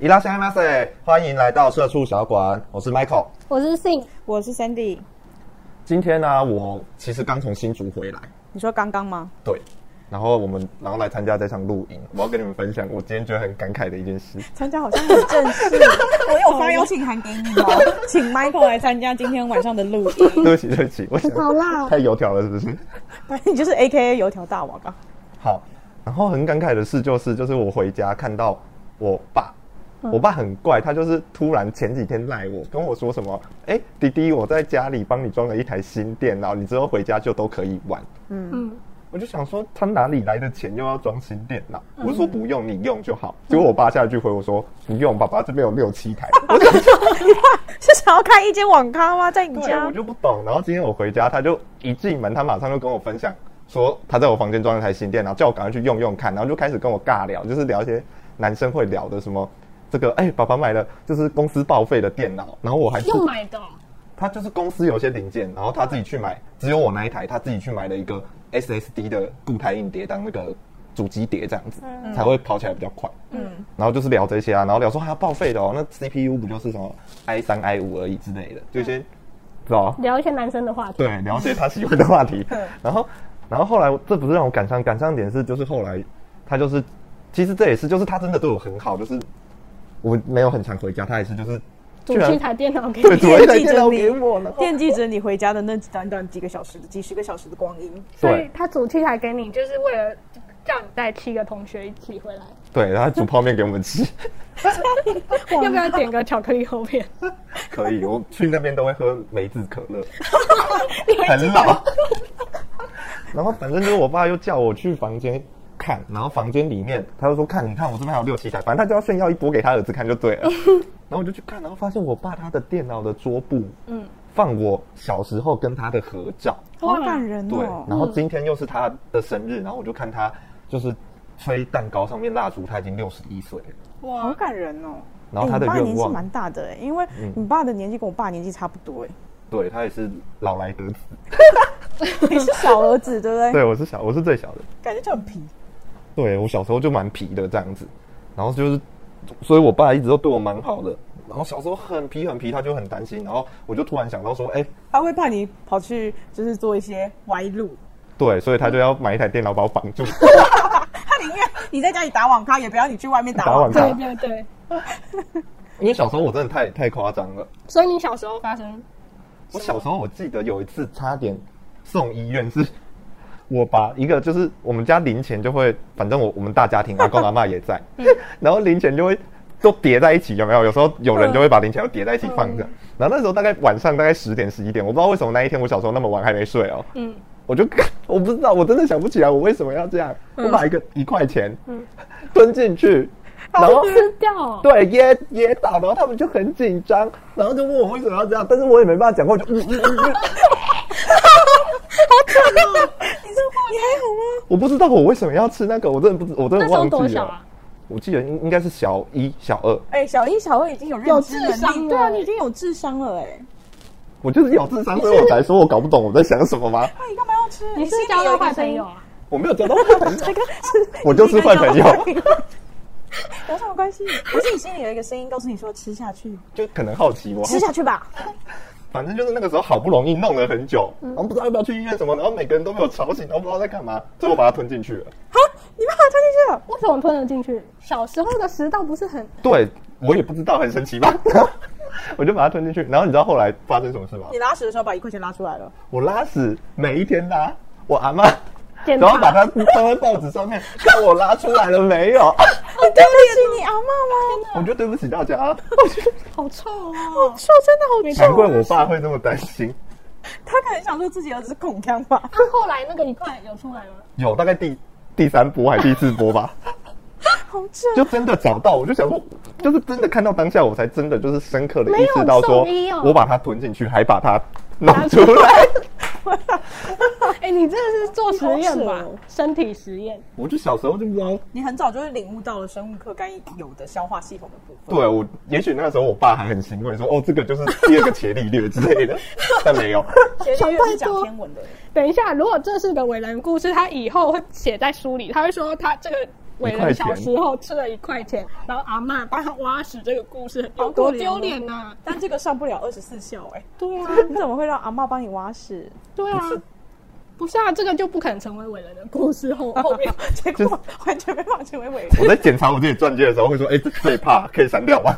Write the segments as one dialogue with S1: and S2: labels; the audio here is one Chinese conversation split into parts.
S1: 伊拉塞马塞，欢迎来到社畜小馆，我是 Michael。
S2: 我是 Sing，
S3: 我是 Sandy。
S1: 今天呢、我其实刚从新竹回来，
S3: 你说刚刚吗？
S1: 对，然后我们然后来参加这场录影，我要跟你们分享我今天觉得很感慨的一件事。
S3: 参加好像很正式， 我有发邀请函给你吗？哦 请 Michael 来参加今天晚上的录 音。
S1: 对不起，对不起，我想
S2: 好啦
S1: 太油条了，是不是？
S3: 你就是 A K A 油条大 王啊！
S1: 好，然后很感慨的事就是，就是我回家看到我爸，我爸很怪，他就是突然前几天赖我，跟我说什么，哎、弟弟，我在家里帮你装了一台新电脑，你之后回家就都可以玩。
S2: 嗯，
S1: 我就想说，他哪里来的钱又要装新电脑？我就说不用，你用就好。结果我爸下一句回我说，不用，爸爸这边有六七台。我就
S3: 是想要开一间网咖吗？在你
S1: 对，
S3: 家
S1: 我？就不懂。然后今天我回家，他就一进门，他马上就跟我分享说他在我房间装了台新电脑，叫我赶快去用用看。然后就开始跟我尬聊，就是聊一些男生会聊的什么。这个哎、爸爸买了就是公司报废的电脑，然后我还
S2: 又买的哦，
S1: 他就是公司有些零件，然后他自己去买，只有我那一台，他自己去买了一个 SSD 的固态硬碟当那个主机碟这样子，
S2: 嗯
S1: 才会跑起来比较快。嗯，然后就是聊这些啊，然后聊说还要报废的哦，那 CPU 不就是什么 i 三 i 五而已之类的，就先知道、
S2: 聊一些男生的话题。
S1: 对，了解他喜欢的话题
S3: 嗯。
S1: 然后，然后后来这不是让我感伤，感伤点是就是后来他就是，其实这也是就是他真的对我很好，就是我没有很常回家，他也是就是居
S2: 组
S1: 然
S2: 去台电脑给
S1: 对
S2: 你。
S1: 煮了一台
S3: 惦记
S1: 电
S3: 着
S1: 脑
S3: 你
S1: 给我了。
S3: 惦记着你回家的那短短几个小时、几十个小时的光阴。
S2: 所以
S1: 对
S2: 他组器材给你，就是为了叫你带七个同学一起回来，
S1: 对，然后他煮泡面给我们吃，
S2: 要不要点个巧克力厚 片？
S1: 可以，我去那边都会喝梅子可 乐，很老。然后反正就是我爸又叫我去房间看，然后房间里面他就说看，你看我这边还有六七台，反正他就要炫耀一波给他儿子看就对 了。然后我就去看，然后发现我爸他的电脑的桌布，嗯，放我小时候跟他的合照，
S3: 好感人
S1: 对，
S3: 哦！
S1: 然后今天又是他的生日，然后我就看他就是吹蛋糕上面蜡烛，他已经六十一岁了，
S3: 好感人哦！
S1: 然后
S3: 哎
S1: 他的
S3: 你爸
S1: 愿
S3: 年纪
S1: 望，嗯
S3: 蛮大的哎，因为你爸的年纪跟我爸年纪差不多哎。
S1: 对他也是老来得子，
S3: 你是小儿子对不对？
S1: 对我是小，我是最小的。
S3: 感觉就很皮。
S1: 对我小时候就蛮皮的这样子，然后就是，所以我爸一直都对我蛮好的。然后小时候很皮很皮，他就很担心。然后我就突然想到说，哎、
S3: 他会怕你跑去就是做一些歪路，
S1: 对，所以他就要买一台电脑把我绑住。
S3: 他宁愿 你在家里打网咖，也不要你去外面打
S1: 打网
S3: 网
S1: 咖
S3: 咖。
S2: 对对对，
S1: 因为小时候我真的太太夸张了。
S2: 所以你小时候发生
S1: 我小时候我记得有一次差点送医院是。我把一个就是我们家零钱就会，反正我我们大家庭，阿公阿妈也在，然后零钱就会都叠在一起，有没有？有时候有人就会把零钱都叠在一起放着。然后那时候大概晚上大概十点十一点，我不知道为什么那一天我小时候那么晚还没睡哦，
S2: 嗯
S1: 我就我不知道，我真的想不起来我为什么要这样，我把一个一块钱吞进去，然后
S2: 吃掉，
S1: 哦
S2: 啊
S1: 对，噎噎倒，然后他们就很紧张，然后就问我为什么要这样，但是我也没办法讲话，我就嗯嗯嗯嗯，
S3: 你这话你还好吗？
S1: 我不知道我为什么要吃那个，我真的不知，我真
S2: 那
S1: 的
S2: 时候
S1: 忘记了。
S2: 多小啊？
S1: 我记得应应该是小一、小二，
S3: 哎、小一、小二已经有
S2: 有
S3: 认知
S2: 智商
S3: 能力
S2: 对啊
S3: 了，哎
S2: 你
S3: 已经有智商了哎。
S1: 我就是有智商，所以我才说我搞不懂我在想什么吗？
S3: 那你干嘛要吃？
S2: 你是
S3: 心里
S2: 交
S3: 有
S2: 到
S3: 一个
S2: 坏
S3: 声
S2: 朋
S3: 音
S2: 友。啊？
S1: 我没有找到，
S3: 这 个是，
S1: 我就是坏朋友
S3: 你跟交坏朋 友有什么关系？可是你心里有一个声音告诉你说吃下去，
S1: 就可能好奇我。
S3: 吃下去吧。
S1: 反正就是那个时候好不容易弄了很久，
S2: 嗯
S1: 然后不知道要不要去医院什么，然后每个人都被我吵醒，然后不知道在干嘛，最后把它吞进去了。
S3: 好，你把它吞进去了。
S2: 为什么吞得进去？小时候的食道不是很
S1: 对我也不知道，很神奇吧？ 我就把它吞进去，然后你知道后来发生什么事吗
S3: 你？拉屎的时候把一块钱拉出来了，
S1: 我拉屎每一天拉，我阿妈
S2: 检
S1: 然后把
S2: 查？
S1: 它放在报纸上 面，看我拉出来了没有？
S3: 你对不起你阿妈吗？
S1: 我觉得对不起大家，啊
S2: 好臭哦！
S3: 好臭，真的好臭。
S1: 难怪我爸会这么担心。
S3: 他可能想说自己儿子是孔锵吧。
S2: 那后来那个一块有出来吗？
S1: 有大概第第三波还第四波 吧，
S3: 好正，
S1: 就真的找到，我就想说，就是真的看到当下，我才真的就是深刻的
S2: 没
S1: 意
S2: 有
S1: 识到说
S2: 送医哦，
S1: 我把它吞进去，还把它弄出 来。
S2: 哎，你这是做实验吧
S3: 你好扯哦？
S2: 身体实验。
S1: 我就小时候就不知道，
S3: 你很早就会领悟到了生物课该有的消化系统的部分。
S1: 对我也许那个时候我爸还很欣慰，说哦，这个就是第二个伽利略之类的，但没有。
S3: 对，伽利略是讲天文的，
S2: 等一下，如果这是个伟人故事，他以后会写在书里，他会说他这个伟
S1: 一块
S2: 人
S1: 钱
S2: 小时候吃了一块钱，然后阿嬷帮他挖屎这个故事
S3: 好
S2: 有
S3: 可
S2: 多
S3: 怜哦
S2: 丢脸呐！
S3: 但这个上不了二十四孝哎、
S2: 对啊，
S3: 你怎么会让阿妈帮你挖屎？
S2: 对啊，不是啊，这个就不可能成为伟人的故事 后后面
S3: 结
S1: 就是
S3: 果完全没办法成为伟人。
S1: 我在检查我自己钻戒的时候会说，哎、这这一 怕可以删掉吗？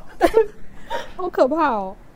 S2: 好可怕哦。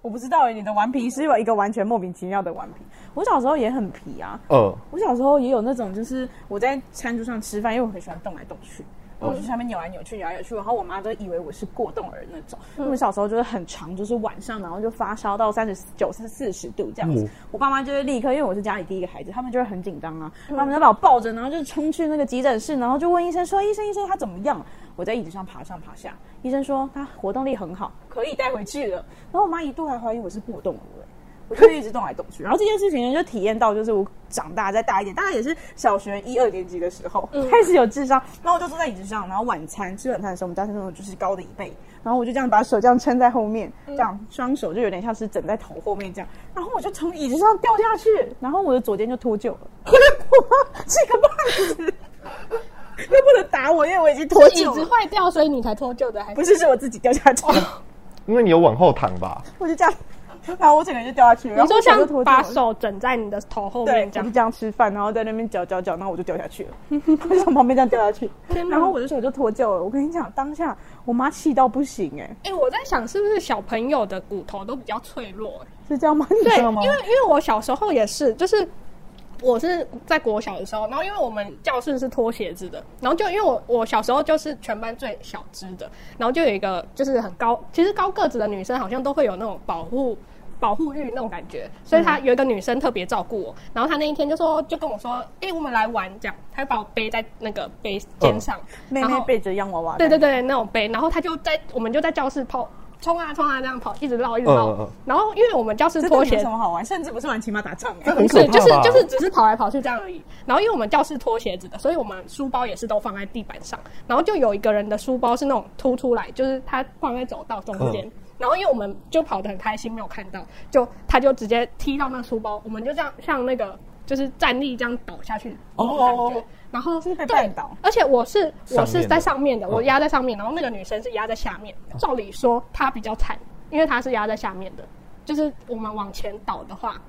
S3: 我不知道哎、你的顽皮是有一个完全莫名其妙的顽皮。我小时候也很皮啊，
S1: 呃，
S3: 我小时候也有那种，就是我在餐桌上吃饭，因为我很喜欢动来动去，然后我就下面扭来扭去，扭来扭去，然后我妈都以为我是过动儿那种。因为我小时候就是很长，就是晚上，然后就发烧到三十九、四十度这样子。
S1: 嗯
S3: 我爸妈就会立刻，因为我是家里第一个孩子，他们就会很紧张啊，他们就把我抱着，然后就冲去那个急诊室，然后就问医生说：“医生，医生，他怎么样？”我在椅子上爬上爬下，医生说他活动力很好，可以带回去了。然后我妈一度还怀疑我是过动儿、欸我就一直动来动去。然后这件事情呢，就体验到就是我长大再大一点，大概也是小学一二年级的时候、开始有智商。然后我就坐在椅子上，然后晚餐吃晚餐的时候，我们家是那种就是高的椅背，然后我就这样把手这样撑在后面，这样双手就有点像是枕在头后面这样。然后我就从椅子上掉下去，然后我的左肩就脱臼了， 我妈是个棒子。又不能打我，因为我已经脱
S2: 椅
S3: 臼
S2: 子
S3: 了。
S2: 坏掉，所以你才脱臼的，还
S3: 不是，是我自己掉下去，
S1: 因为你有往后躺吧？
S3: 我就这样，然后我整个人就掉下去了。然
S2: 你
S3: 后
S2: 说
S3: 我手就
S2: 像
S3: 脱臼
S2: 把
S3: 了
S2: 手枕在你的头后
S3: 对，
S2: 面
S3: 我
S2: 这
S3: 就
S2: 样，
S3: 这样吃饭，然后在那边嚼嚼嚼，然后我就掉下去了， 就从旁边这样掉下去，
S2: 天哪
S3: 然后我的手就脱臼了。我跟你讲，当下我妈气到不行、哎，
S2: 哎、我在想是不是小朋友的骨头都比较脆弱、欸？
S3: 是这样吗？你知道吗？
S2: 因为因为我小时候也是，就是我是在国小的时候，然后因为我们教室是脱鞋子的，然后就因为我我小时候就是全班最小只的，然后就有一个就是很高，其实高个子的女生好像都会有那种保护。保护欲那种感觉，所以她有一个女生特别照顾我，然后她那一天就说，就跟我说，哎、我们来玩这样，她就把我背在那个背肩上，
S3: 妹
S2: 然
S3: 嗯妹
S2: 后
S3: 背着洋娃娃，
S2: 对对，对，那种杯，然后他就在我们就在教室跑，冲啊冲啊这样跑，一直绕一直
S1: 嗯
S2: 绕。
S1: 嗯嗯
S2: 然后因为我们教室
S3: 这
S2: 拖
S3: 脱鞋
S2: 鞋
S3: 什，么好玩？甚至不是玩骑马打仗、
S1: 这
S3: 哎，
S1: 很
S2: 不
S1: 可
S2: 是
S1: 怕
S2: 就是
S1: 吧
S2: 就是只是跑来跑去这样而已。然后因为我们教室拖鞋子的，所以我们书包也是都放在地板上。然后就有一个人的书包是那种凸出来，就是他放在走道中间。
S1: 嗯
S2: 然后因为我们就跑得很开心，没有看到，就他就直接踢到那书包，我们就这样像那个就是站立这样倒下去那种感觉
S3: 哦哦哦
S2: 然后
S3: 就是被
S2: 对
S3: 绊倒
S2: 而且我是我
S1: 上面
S2: 是
S1: 的
S2: 在上面的，我
S1: 哦
S2: 压在上面，然后那个女生是压在下面。照理说她比较惨，因为她是压在下面的，就是我们往前倒的话，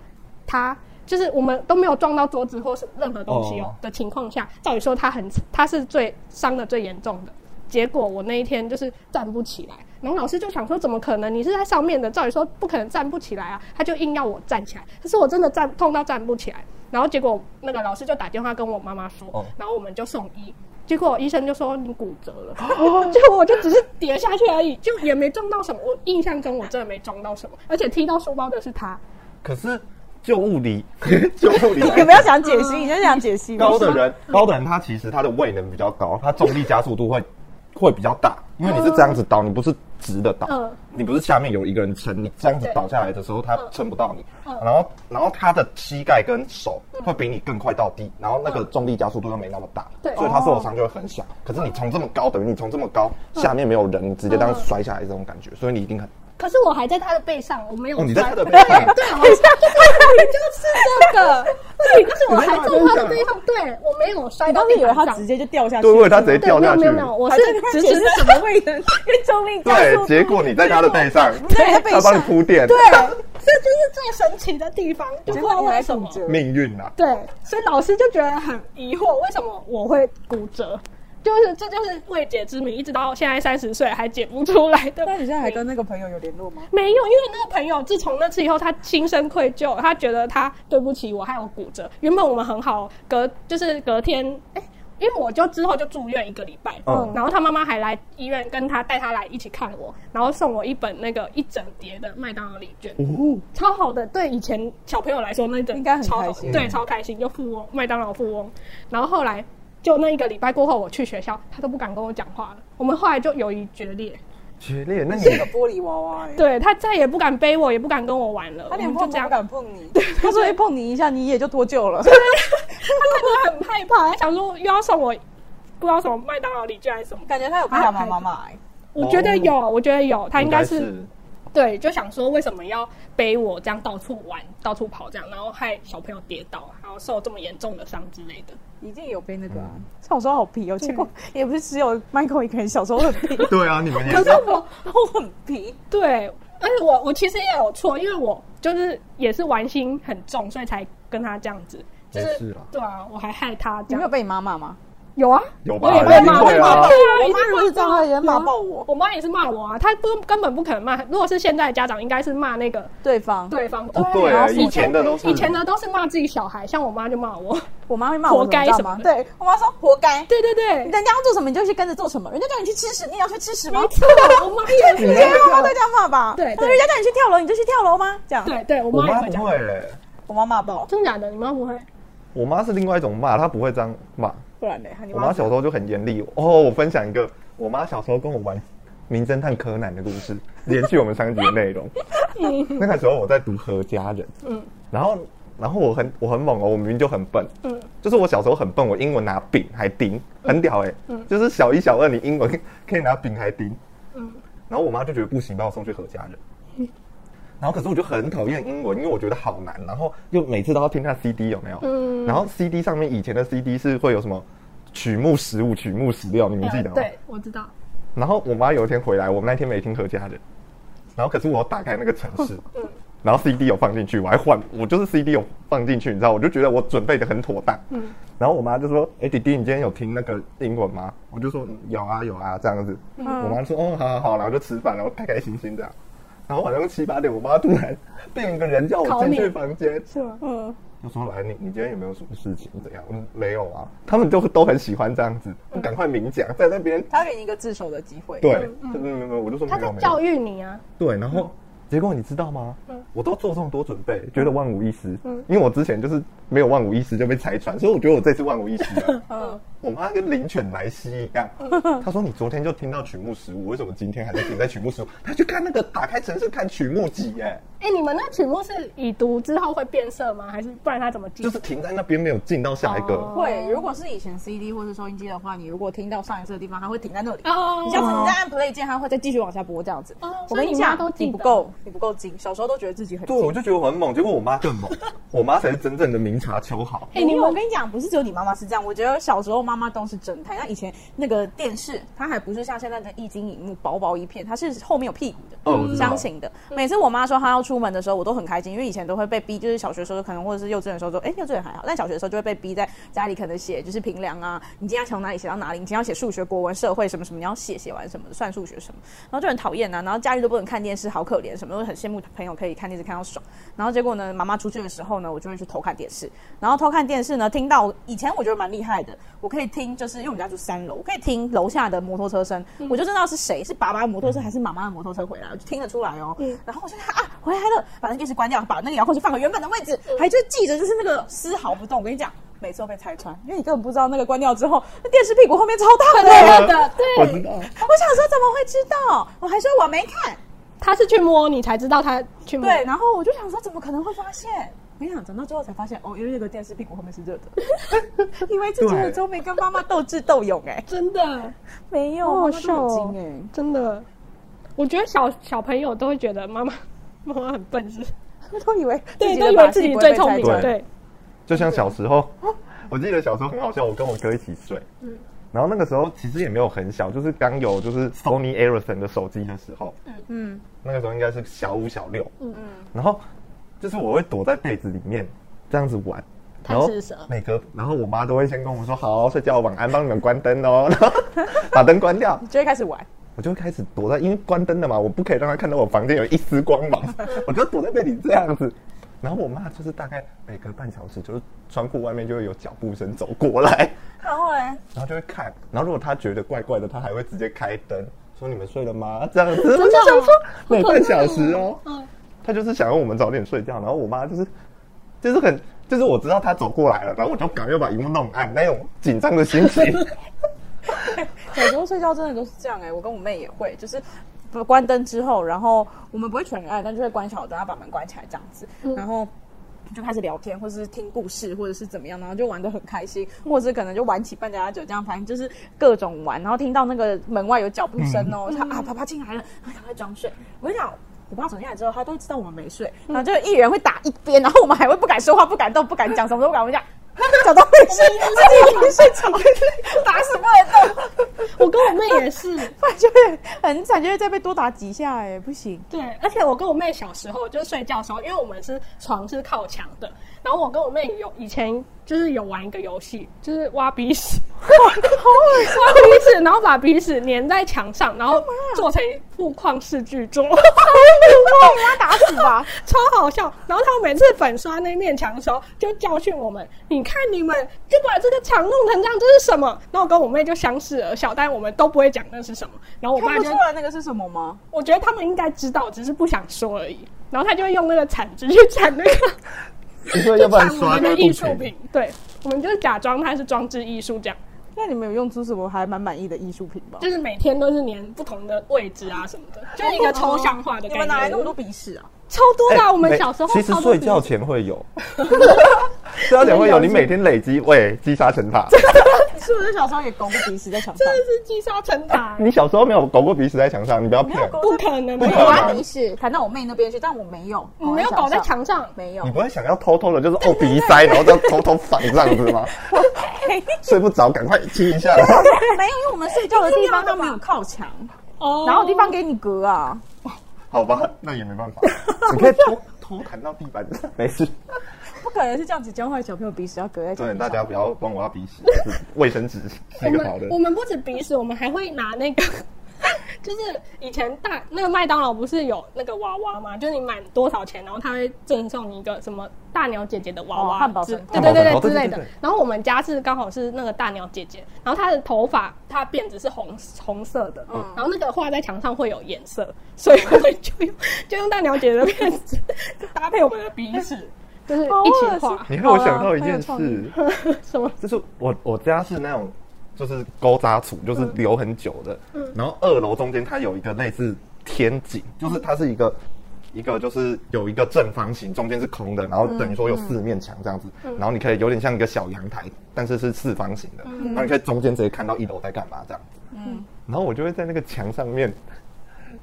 S2: 她就是我们都没有撞到桌子或是任何东西哦
S1: 哦
S2: 的情况下，照理说她很她是最伤的最严重的。结果我那一天就是站不起来，然后老师就想说，怎么可能？你是在上面的，照理说不可能站不起来啊。他就硬要我站起来，可是我真的站痛到站不起来。然后结果那个老师就打电话跟我妈妈说，
S1: 哦
S2: 然后我们就送医。结果医生就说你骨折了， 结果我就只是跌下去而已，就也没撞到什么。我印象中我真的没撞到什么，而且踢到书包的是他。
S1: 可是就物理， 就物理来
S3: 你不要想解析，你就想解析。
S1: 高的人， 高的人他其实他的位能比较高，他重力加速度会 会比较大，因为你是这样子倒，你不是直的倒
S2: 嗯，
S1: 你不是下面有一个人撑你，这样子倒下来的时候他撑不到你，然后然后他的膝盖跟手会比你更快到地，然后那个重力加速度又没那么大，
S2: 对
S1: 所以他受的伤就会很小。可是你从这么高，等于你从这么高下面没有人，你直接这样摔下来这种感觉，所以你一定很
S2: 可是我还在他的背上，我没有
S1: 哦
S2: 摔。
S1: 你在他的背
S2: 对
S1: 上
S2: 对，好像对就是这个， 对，就是我还在他的背上，对我没有摔
S3: 你
S2: 到
S3: 当时
S2: 地
S3: 以为
S2: 板
S3: 他
S2: 上
S3: 直。接就掉下去，
S1: 对，因为他直接
S2: 对，
S1: 掉
S2: 没有
S1: 下去
S2: 没有，没有，我
S3: 还
S2: 是
S3: 在那边
S2: 只
S3: 解
S2: 是
S3: 释 什么会的？因为救 命加速
S1: 对，
S3: 度
S1: 结果你在他的背上，
S3: 对他背
S1: 他
S3: 上
S1: 帮你铺垫，对，
S2: 这就是最神奇的地方，就不知
S3: 结果
S2: 道
S3: 你还
S2: 为什
S3: 骨
S2: 么。
S3: 折，
S1: 命运啊。
S2: 对，所以老师就觉得很疑惑，为什么我会骨折？就是这就是未解之谜，一直到现在三十岁还解不出来的。
S3: 那你现在还跟那个朋友有联络吗？
S2: 没有，因为那个朋友自从那次以后，他心生愧疚，他觉得他对不起我，害我骨折。原本我们很好，隔就是隔天，哎、因为我就之后就住院一个礼拜，
S1: 嗯
S2: 然后他妈妈还来医院跟他带他来一起看我，然后送我一本那个一整叠的麦当劳礼券，超好的，对以前小朋友来说那一整
S3: 哦应该很
S2: 超好
S3: 开心
S2: 对，超开心，就富翁麦当劳富翁。然后后来就那一个礼拜过后，我去学校，他都不敢跟我讲话了，我们后来就友谊决裂。
S1: 决裂，那你
S3: 是 个玻璃娃娃、哎，
S2: 对他再也不敢背我，也不敢跟我玩了，
S3: 他连
S2: 我们
S3: 碰
S2: 就
S3: 都
S2: 这样
S3: 不，敢碰你，他说一哎碰你一下，你也就脱臼了。
S2: 他 真的很害怕，
S3: 哎
S2: 他想说又要送我不知道什么麦当劳礼券还是什么，
S3: 感觉他有被
S2: 他有
S3: 爸爸妈妈、哎
S1: 哦
S2: 我觉得有，我觉得有，他应该是对，就想说为什么要背我这样到处玩、到处跑这样，然后害小朋友跌倒，然后受这么严重的伤之类的。
S3: 一定有背那个啊。小时候好皮哦，结果也不是只有 Michael 一个人小时候很 皮，
S1: 对啊，你们也
S3: 可是我我很皮，
S2: 对，而且我我其实也有错，因为我就是也是玩心很重，所以才跟他这样子。就
S1: 没
S2: 是
S1: 事啊
S2: 对啊，我还害他这
S3: 你没有
S2: 样。
S3: 被你妈骂吗？
S2: 有啊，
S1: 有吧
S2: 我也被
S1: 一
S2: 骂
S1: 定会啊
S2: 对啊，
S3: 我
S2: 一定
S3: 妈如果
S2: 会
S3: 是这样，她也骂爆我。
S2: 我妈也是骂我啊，她不根本不可能骂。如果是现在的家长，应该是骂那个
S3: 对方，
S2: 对方。
S1: 哦对
S3: 然后
S1: 以前的嗯都是
S2: 以前的都是骂自己小孩，像我妈就骂我。
S3: 我妈会骂我
S2: 活该
S3: 你知
S2: 什
S3: 道吗
S2: 么的
S3: 对我妈说活该，
S2: 对对对
S3: 人，家要做什么你就去跟着做什么，人家叫你去吃屎，你也要去吃屎吗
S2: 没？错，我妈也
S3: 你
S2: 是
S3: 应。该妈妈都这样骂吧？
S2: 对对
S3: 那人家叫你去跳楼，你就去跳楼吗？这样，
S2: 对对，我
S1: 我
S2: 妈也
S1: 妈
S2: 会
S1: 不
S2: 讲。
S1: 会欸，
S3: 我妈骂爆，
S2: 真的假的？你妈不会？
S1: 我妈是另外一种骂，她不会这样骂。
S3: 不然呢？你
S1: 我妈小时候就很严厉哦。我分享一个我妈小时候跟我玩《名侦探柯南》的故事，连续我们上一集的内容。那个时候我在读《何家人》，嗯，然后然后我很我很猛哦，我明明就很笨，
S2: 嗯
S1: 嗯，就是我小时候很笨，我英文拿丙还丁，很屌哎、就是小一小二你英文可以拿丙还丁，
S2: 嗯
S1: 嗯，然后我妈就觉得不行，把我送去何家人。然后可是我就很讨厌英文，因为我觉得好难，然后又每次都要听那 CD 有没有？
S2: 嗯
S1: 然后 CD 上面以前的 CD 是会有什么曲目十五、曲目十六，你们记得吗？
S2: 啊对，我知道。
S1: 然后我妈有一天回来，我们那天没听何家人，然后可是我打开那个城市，然后 CD 有放进去，我还换，我就是 CD 有放进去，你知道，我就觉得我准备的很妥当。嗯，然后我妈就说：“哎、弟弟，你今天有听那个英文吗？”我就说：“嗯有啊，有啊，这样子。我妈说：“哦，好好好，然后就吃饭，然后开开心心这样。然后晚上七八点，我妈突然变一个人叫我进去房间，
S2: 是吗？
S3: 嗯，
S1: 就说来，你你今天有没有什么事情？怎样？嗯，没有啊。他们都都很喜欢这样子，不赶快明讲，在那边
S3: 她给你一个自首的机会。
S1: 对，嗯嗯嗯，我就说
S2: 她
S1: 没
S2: 在
S1: 有没有。
S2: 教育嗯你啊。
S1: 对，然后结果你知道吗？我都做这么多准备，觉得万无一失。
S2: 嗯
S1: 因为我之前就是没有万无一失就被拆穿，所以我觉得我这次万无一失了。
S3: 嗯，
S1: 我妈跟灵犬莱西一样，
S2: 嗯
S1: 她说你昨天就听到曲目十五，为什么今天还在停在曲目十五？她去看那个打开城市看曲目几耶，
S2: 哎，你们那曲目是已读之后会变色吗？还是不然他怎么记？
S1: 就是停在那边没有进到下一个。
S2: 哦
S3: 会。如果是以前 CD 或是收音机的话，你如果听到上一次的地方，它会停在那里。
S2: 哦
S3: 你下次你再按 play 键，它会再继续往下播这样子
S2: 哦。
S3: 我
S2: 所
S3: 跟
S2: 以你妈
S3: 讲
S2: 都，记得
S3: 你不够，你不够精。小时候都觉得自己很
S1: 对，
S3: 精。
S1: 我就觉得我很猛，结果我妈更猛，我妈才是真正的明察秋毫。
S2: 哎，
S3: 因
S2: 你
S3: 为
S2: 们
S3: 我跟你讲，不是只有你妈妈是这样。我觉得小时候妈妈都是侦探，像以前那个电视，它还不是像现在的液晶荧幕薄薄一片，它是后面有屁股的。
S1: 哦，我知道
S3: 相。亲的。每次我妈说她要出门的时候，我都很开心，因为以前都会被逼，就是小学的时候可能或者是幼稚园的时候说，哎、幼稚园还好，但小学的时候就会被逼在家里可能写就是评量啊，你今天要从哪里写到哪里，你今天要写数学、国文、社会什么什么，你要写写完什么算数学什么，然后就很讨厌啊，然后假日都不能看电视，好可怜什么，都很羡慕朋友可以看电视看到爽。然后结果呢，妈妈出去的时候呢，我就会去偷看电视，然后偷看电视呢，听到以前我觉得蛮厉害的，我可以听，就是因为我们家住三楼，我可以听楼下的摩托车声，我就知道是谁是爸爸的摩托车还是妈妈的摩托车回来，我就听得出来哦。然后我就看啊，回来了，把那电视关掉，把那个遥控器放回原本的位置，还就记着，就是那个丝毫不动。我跟你讲。每次都被拆穿，因为你根本不知道那个关掉之后，那电视屁股后面超大的。
S2: 对的，
S1: 我
S2: 对，
S1: 知道。
S3: 我想说怎么会知道？我还说我没看。
S2: 他是去摸你才知道他去摸。
S3: 对，然后我就想说，怎么可能会发现？我跟你讲，长到最后才发现，哦，因为那个电视屁股后面是热 的，以为自己
S1: 对
S3: 有周没跟妈妈斗智斗勇、哎，
S2: 真的，
S3: 没有，
S2: 好
S3: 妈
S2: 好
S3: 妈
S2: 笑
S3: 都
S2: 哦
S3: 很精哎、
S2: 真的。我觉得小小朋友都会觉得妈妈妈妈很笨是不是，
S3: 他都以为
S2: 对，
S3: 自己
S2: 都
S3: 的
S2: 以
S3: 把
S2: 为
S3: 戏
S2: 自己
S3: 不会
S2: 最
S3: 被
S2: 聪
S3: 拆
S2: 明，
S3: 穿
S2: 对，
S1: 就像小时候， 我记得小时候很好笑，我跟我哥一起睡，然后那个时候其实也没有很小，就是刚有就是 Sony Ericsson 的手机的时候，嗯嗯，那个时候应该是小五小六，嗯嗯，然后就是我会躲在被子里面这样子玩。然后
S2: 贪吃蛇
S1: 每个，然后我妈都会先跟我说好睡觉，晚安，帮你们关灯哦， 然后把灯关掉，
S3: 就会开始玩。
S1: 我就会开始躲在，因为关灯了嘛，我不可以让他看到我房间有一丝光芒， 我就躲在被里这样子。然后我妈就是大概每隔半小时，就是窗户外面就会有脚步声走过来，
S3: 然后嘞，
S1: 然后就会看。然后如果她觉得怪怪的，她还会直接开灯，说你们睡了吗？ 这样子。我就想说每半小时 哦，她就是想要我们早点睡觉。然后我妈就是就是很就是我知道她走过来了，然后我就赶快把荧幕弄暗，那种紧张的心 情。
S3: 小时候睡觉真的都是这样哎、我跟我妹也会，就是不关灯之后，然后我们不会全暗，但就会关小灯，然后把门关起来这样子，
S2: 嗯
S3: 然后。就开始聊天，或者是听故事，或者是怎么样，然后就玩的很开心，或者是可能就玩起扮家家酒这样，反正就是各
S2: 嗯
S3: 种玩。然后听到那个门外有脚步声哦，他、啊，爸爸进来了，然后赶快装睡。我跟你讲，我爸走进来之后，他都知道我们没睡，然后就一人会打一边，然后我们还会不敢说话、不敢动、不敢讲，什么都不敢。我们讲，找到没睡，自己没睡着，打死不能动，
S2: 我跟我妹也 是，
S3: 不然就会很惨，就会再被多打几下，哎，不行。
S2: 对，而且我跟我妹小时候就是睡觉的时候，因为我们是床是靠墙的，然后我跟我妹有以前就是有玩一个游戏，就是挖鼻屎，挖鼻屎，然后把鼻屎粘在墙上，然后做成一副旷世巨作，
S3: 被妈打死吧！
S2: 超好笑。然后他每次粉刷那面墙的时候，就教训我们：“你看你们就把这个墙弄成这样，这是什么？”然后我跟我妹就相视而笑，但我们都不会讲那是什么。然后我
S3: 看
S2: 爸
S3: 不
S2: 就
S3: 出来那个是什么吗？
S2: 我觉得他们应该知道，只是不想说而已。然后他就会用那个铲子去 铲那个
S1: 你说要不然
S2: 铲我
S1: 刷
S2: 们的
S1: 个
S2: 艺术品，对，我们就是假装它是装置艺术这样，
S3: 那你们有用出什么还蛮满意的艺术品吧？
S2: 就是每天都是粘不同的位置啊什么的，就是一个抽象化的
S3: 你
S2: 概念。
S3: 们哪来那么多鼻屎啊？
S2: 超多的啊、
S1: 哎
S2: 我们
S1: 没
S2: 小时候
S1: 其实
S2: 超多
S1: 睡觉
S2: 笔
S1: 前会 有，睡觉前会有，你每天累积，喂，积沙成塔。
S3: 是不是小时候也拱过鼻屎在墙上
S2: 真？的是积沙成塔，
S1: 你小时候没有狗过鼻屎在墙上，你不要
S3: 没有
S1: 骗。
S3: 狗
S2: 不可能，
S1: 不
S2: 没
S1: 可
S2: 有
S1: 能
S2: 啊，
S3: 鼻屎弹到我妹那边去，哦但我没有，
S2: 你没有搞在，墙上，
S3: 没有
S1: 你。不会想要偷偷的，就是哦鼻塞，然后这样偷偷放这样子 吗？睡不着，赶快亲一下。
S3: 没有，因为我们睡觉的地方都没有靠墙，
S2: 哦，
S3: 哪有地方给你隔啊？
S1: 好吧，那也没办 法，你可以偷偷弹到地板，没事。
S3: 不可能是这样子教坏小朋友鼻屎要隔在墙
S1: 对，
S3: 上。
S1: 大家不要帮我要鼻屎，就是卫生纸是
S2: 我
S1: 一个好的
S2: 们。我们不止鼻屎，我们还会拿那个， 就是以前大那个麦当劳不是有那个娃娃吗？就是你满多少钱，然后他会赠送你一个什么大鸟姐姐的娃
S3: 哦
S2: 娃
S3: 汉堡
S2: 之，
S3: 城
S2: 对对对
S1: 汉堡城
S2: 对之类
S1: 对对
S2: 的
S1: 对对。
S2: 然后我们家是刚好是那个大鸟姐姐，然后她的头发她辫子是红红色的，
S1: 嗯
S2: 然后那个画在墙上会有颜色，所以我们就用就用大鸟姐姐的辫子搭配我们的鼻屎，就是一起
S3: 好 恶
S2: 画
S3: 心
S1: 你让我想到一件
S2: 啊
S3: 好啦很有
S1: 事，
S2: 什么
S1: 就是我我家是那种就是勾扎土，就是留很久的。然后二楼中间它有一个类似天井，就是它是一个。一个就是有一个正方形，中间是空的，然后等于说有四面墙这样子，然后你可以有点像一个小阳台，但是是四方形的，然后你可以中间直接看到一楼在干嘛这样子。然后我就会在那个墙上面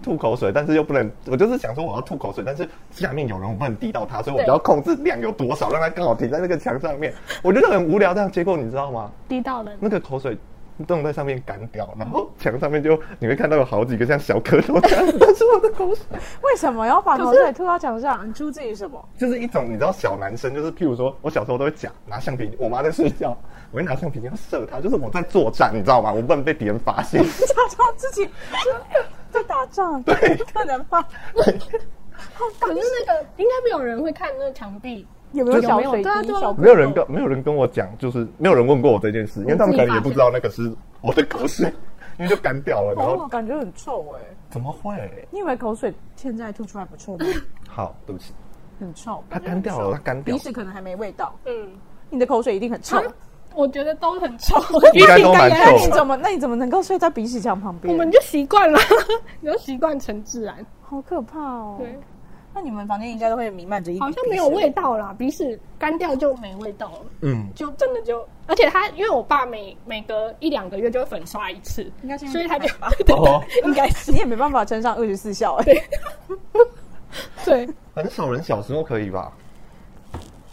S1: 吐口水，但是又不能，我就是想说我要吐口水，但是下面有人，我不能滴到他，所以我
S2: 对
S1: 就要控制量有多少，让它刚好停在那个墙上面。我觉得很无聊，这样结果你知道吗？
S2: 滴到人。
S1: 那个口水弄在上面干掉，然后墙上面就你会看到有好几个像小蝌蚪这样子，但是我的口水
S3: 为什么要把口水吐到墙上？你出自于什 么？
S1: 就是一种你知道小男生，就是譬如说我小时候都会假拿橡皮，我妈在睡觉，我会拿橡皮筋要射她，就是我在作战，你知道吗？我不能被敌人发现。
S3: 假装自己 在打仗，
S1: 对
S3: 不可能吧？
S2: 可是那个应该没有人会看那个墙壁，
S3: 有没有小水滴？
S2: 对啊对啊
S3: 小
S1: 没有人跟没有人跟我讲，就是没有人问过我这件事，因为他们可能也不知道那个是我的口 水，因为就干掉了。然
S3: 哦
S1: 后，
S3: 感觉很臭哎、
S1: 怎么会？
S3: 你以为口水现在吐出来不臭 吗？
S1: 好，对不起，
S3: 很臭，
S1: 它干掉了，它干掉
S3: 鼻，屎可能还没味道，
S2: 嗯，
S3: 你的口水一定很臭。
S2: 啊我觉得都很臭，
S1: 应该都蛮
S3: 那
S1: 臭
S3: 你
S1: 的。
S3: 怎么那你怎么能够睡在鼻屎墙旁 边？
S2: 我们就习惯了， 你就习惯成自然。
S3: 好可怕哦！
S2: 对，，
S3: 那你们房间应该都会弥漫着一股
S2: 好像没有
S3: 鼻屎
S2: 味道啦，鼻屎干掉就没味道了，
S1: 嗯，
S2: 就真的就，而且他因为我爸每每隔一两个月就会粉刷一次，
S3: 应该是因为
S2: 所以他就
S3: 太
S2: 对对
S1: 哦
S2: 对应该是
S3: 你也没办法撑上二十四孝哎、
S2: 对
S1: 很少人小时候可以吧？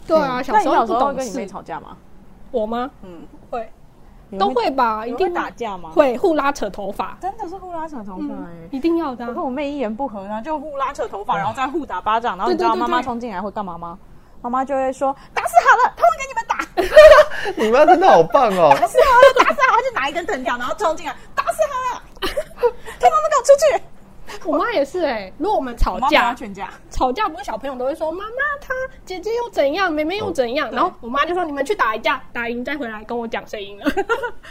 S2: 对啊，小
S3: 那你
S2: 时候
S3: 小
S2: 不
S3: 时候
S2: 懂
S3: 跟你妹
S2: 事，
S3: 吵架吗？
S2: 我吗？
S3: 嗯，
S2: 会
S3: 你们
S2: 都会吧，
S3: 你
S2: 一
S3: 们
S2: 定
S3: 会打架吗？，
S2: 会互拉扯头发，
S3: 真的是互拉扯头发哎、
S2: 嗯，一定要的啊
S3: 我跟。我妹一言不合，然后就互拉扯头发，然后再互打巴掌，然后你知道
S2: 嗯对对对
S3: 妈妈
S2: 对
S3: 冲进来会干嘛吗？妈妈就会说打死好了，他会给你们打，
S1: 你妈真的好棒哦！
S3: 打死好了，打死好了，就拿一根藤条，然后冲进来打死好 了，通通都给我出去。
S2: 我妈也是哎，如果我们吵
S3: 我妈
S2: 架
S3: 妈，全家，
S2: 吵架不是小朋友都会说妈妈她姐姐又怎样，妹妹又怎样，然后我妈就说你们去打一架，打赢再回来跟我讲谁赢 了，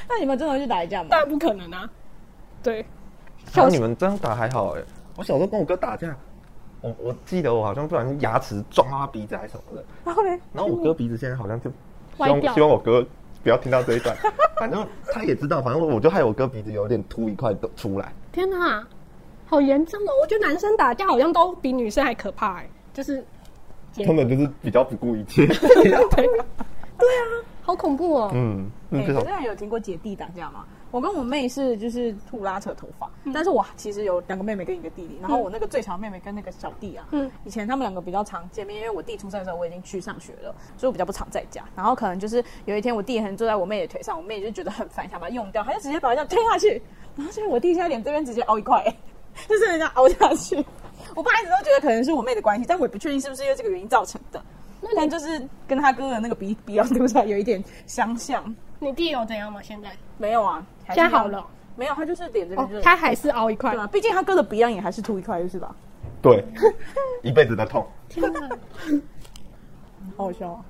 S3: 那你们真的会去打一架吗
S2: 当？然不可能啊。对，
S1: 然啊后你们这样打还好哎，我小时候跟我哥打架，我我记得我好像不小心牙齿撞到他鼻子还是什么的，
S3: 然后嘞，
S1: 然后我哥鼻子现在好像就
S2: 歪
S1: 希望
S2: 掉
S1: 希望我哥不要听到这一段， 反正他也知道，反正我就害我哥鼻子有点凸一块出来。
S2: 天哪，好严重哦！我觉得男生打架好像都比女生还可怕哎、 就是
S1: 根本就是比较不顾一切。
S2: 啊对，对啊，好恐怖哦。
S1: 嗯，
S3: 哎
S1: 嗯，
S3: 可
S1: 这种
S3: 是那有听过姐弟打架吗？我跟我妹是就是吐拉扯头发，但是我其实有两个妹妹跟一个弟弟，然后我那个最小妹妹跟那个小弟啊，
S2: 嗯
S3: 以前他们两个比较常见面，因为我弟出生的时候我已经去上学了，所以我比较不常在家。然后可能就是有一天我弟很坐在我妹的腿上，我妹就觉得很烦，想把它用掉，她就直接把它这样推下去，然后所以我弟现在脸这边直接凹一块、 就是这样凹下去。我爸一直都觉得可能是我妹的关系，但我也不确定是不是因为这个原因造成的。但就是跟他哥的那个鼻鼻梁凸出来有一点相像。
S2: 你弟有怎样吗？现在
S3: 没有啊，还是
S2: 现在
S3: 一样
S2: 好了，
S3: 没有，他就是脸这边
S2: 哦
S3: 就是、，
S2: 他还是凹一块
S3: 对。啊，毕竟他哥的鼻梁也还是凸一块，就是吧？
S1: 对，一辈子的痛。
S2: 天哪！嗯
S3: 好好笑啊！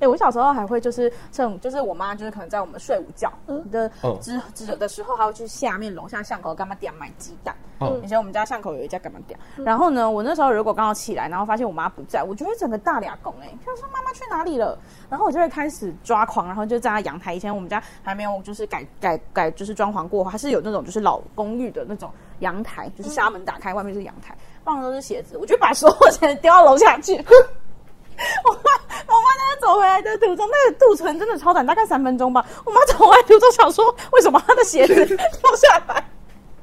S3: 哎、我小时候还会就是趁就是我妈就是可能在我们睡午觉的
S1: 嗯
S3: 之之的时候，还会去下面楼下巷口干嘛店买鸡蛋。
S1: 嗯
S3: 以前我们家巷口有一家干嘛店，然后呢，我那时候如果刚好起来，然后发现我妈不在，我就会整个大俩拱哎，想说妈妈去哪里了，然后我就会开始抓狂，然后就站在阳台。以前我们家还没有就是改改改就是装潢过，还是有那种就是老公寓的那种阳台，就是纱门打开，外面是阳台，放的都是鞋子，我就把所有鞋子丢到楼下去。我妈，我妈在走回来的途中，那个肚唇真的超短，大概三分钟吧。我妈走回来途中想说，为什么她的鞋子掉下来？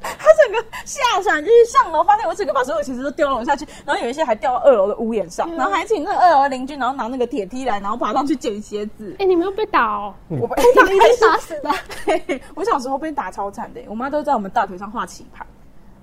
S3: 她整个吓傻，就是上楼发现我整个把所有鞋子都丢楼下去，然后有一些还掉到二楼的屋檐
S2: 啊
S3: 上，然后还请那个二楼的邻居，然后拿那个铁梯来，然后爬上去捡鞋子。
S2: 哎，你没有被打哦？
S3: 我被
S2: 你 被打死的。
S3: 我小时候被打超惨的、我妈都在我们大腿上画棋盘，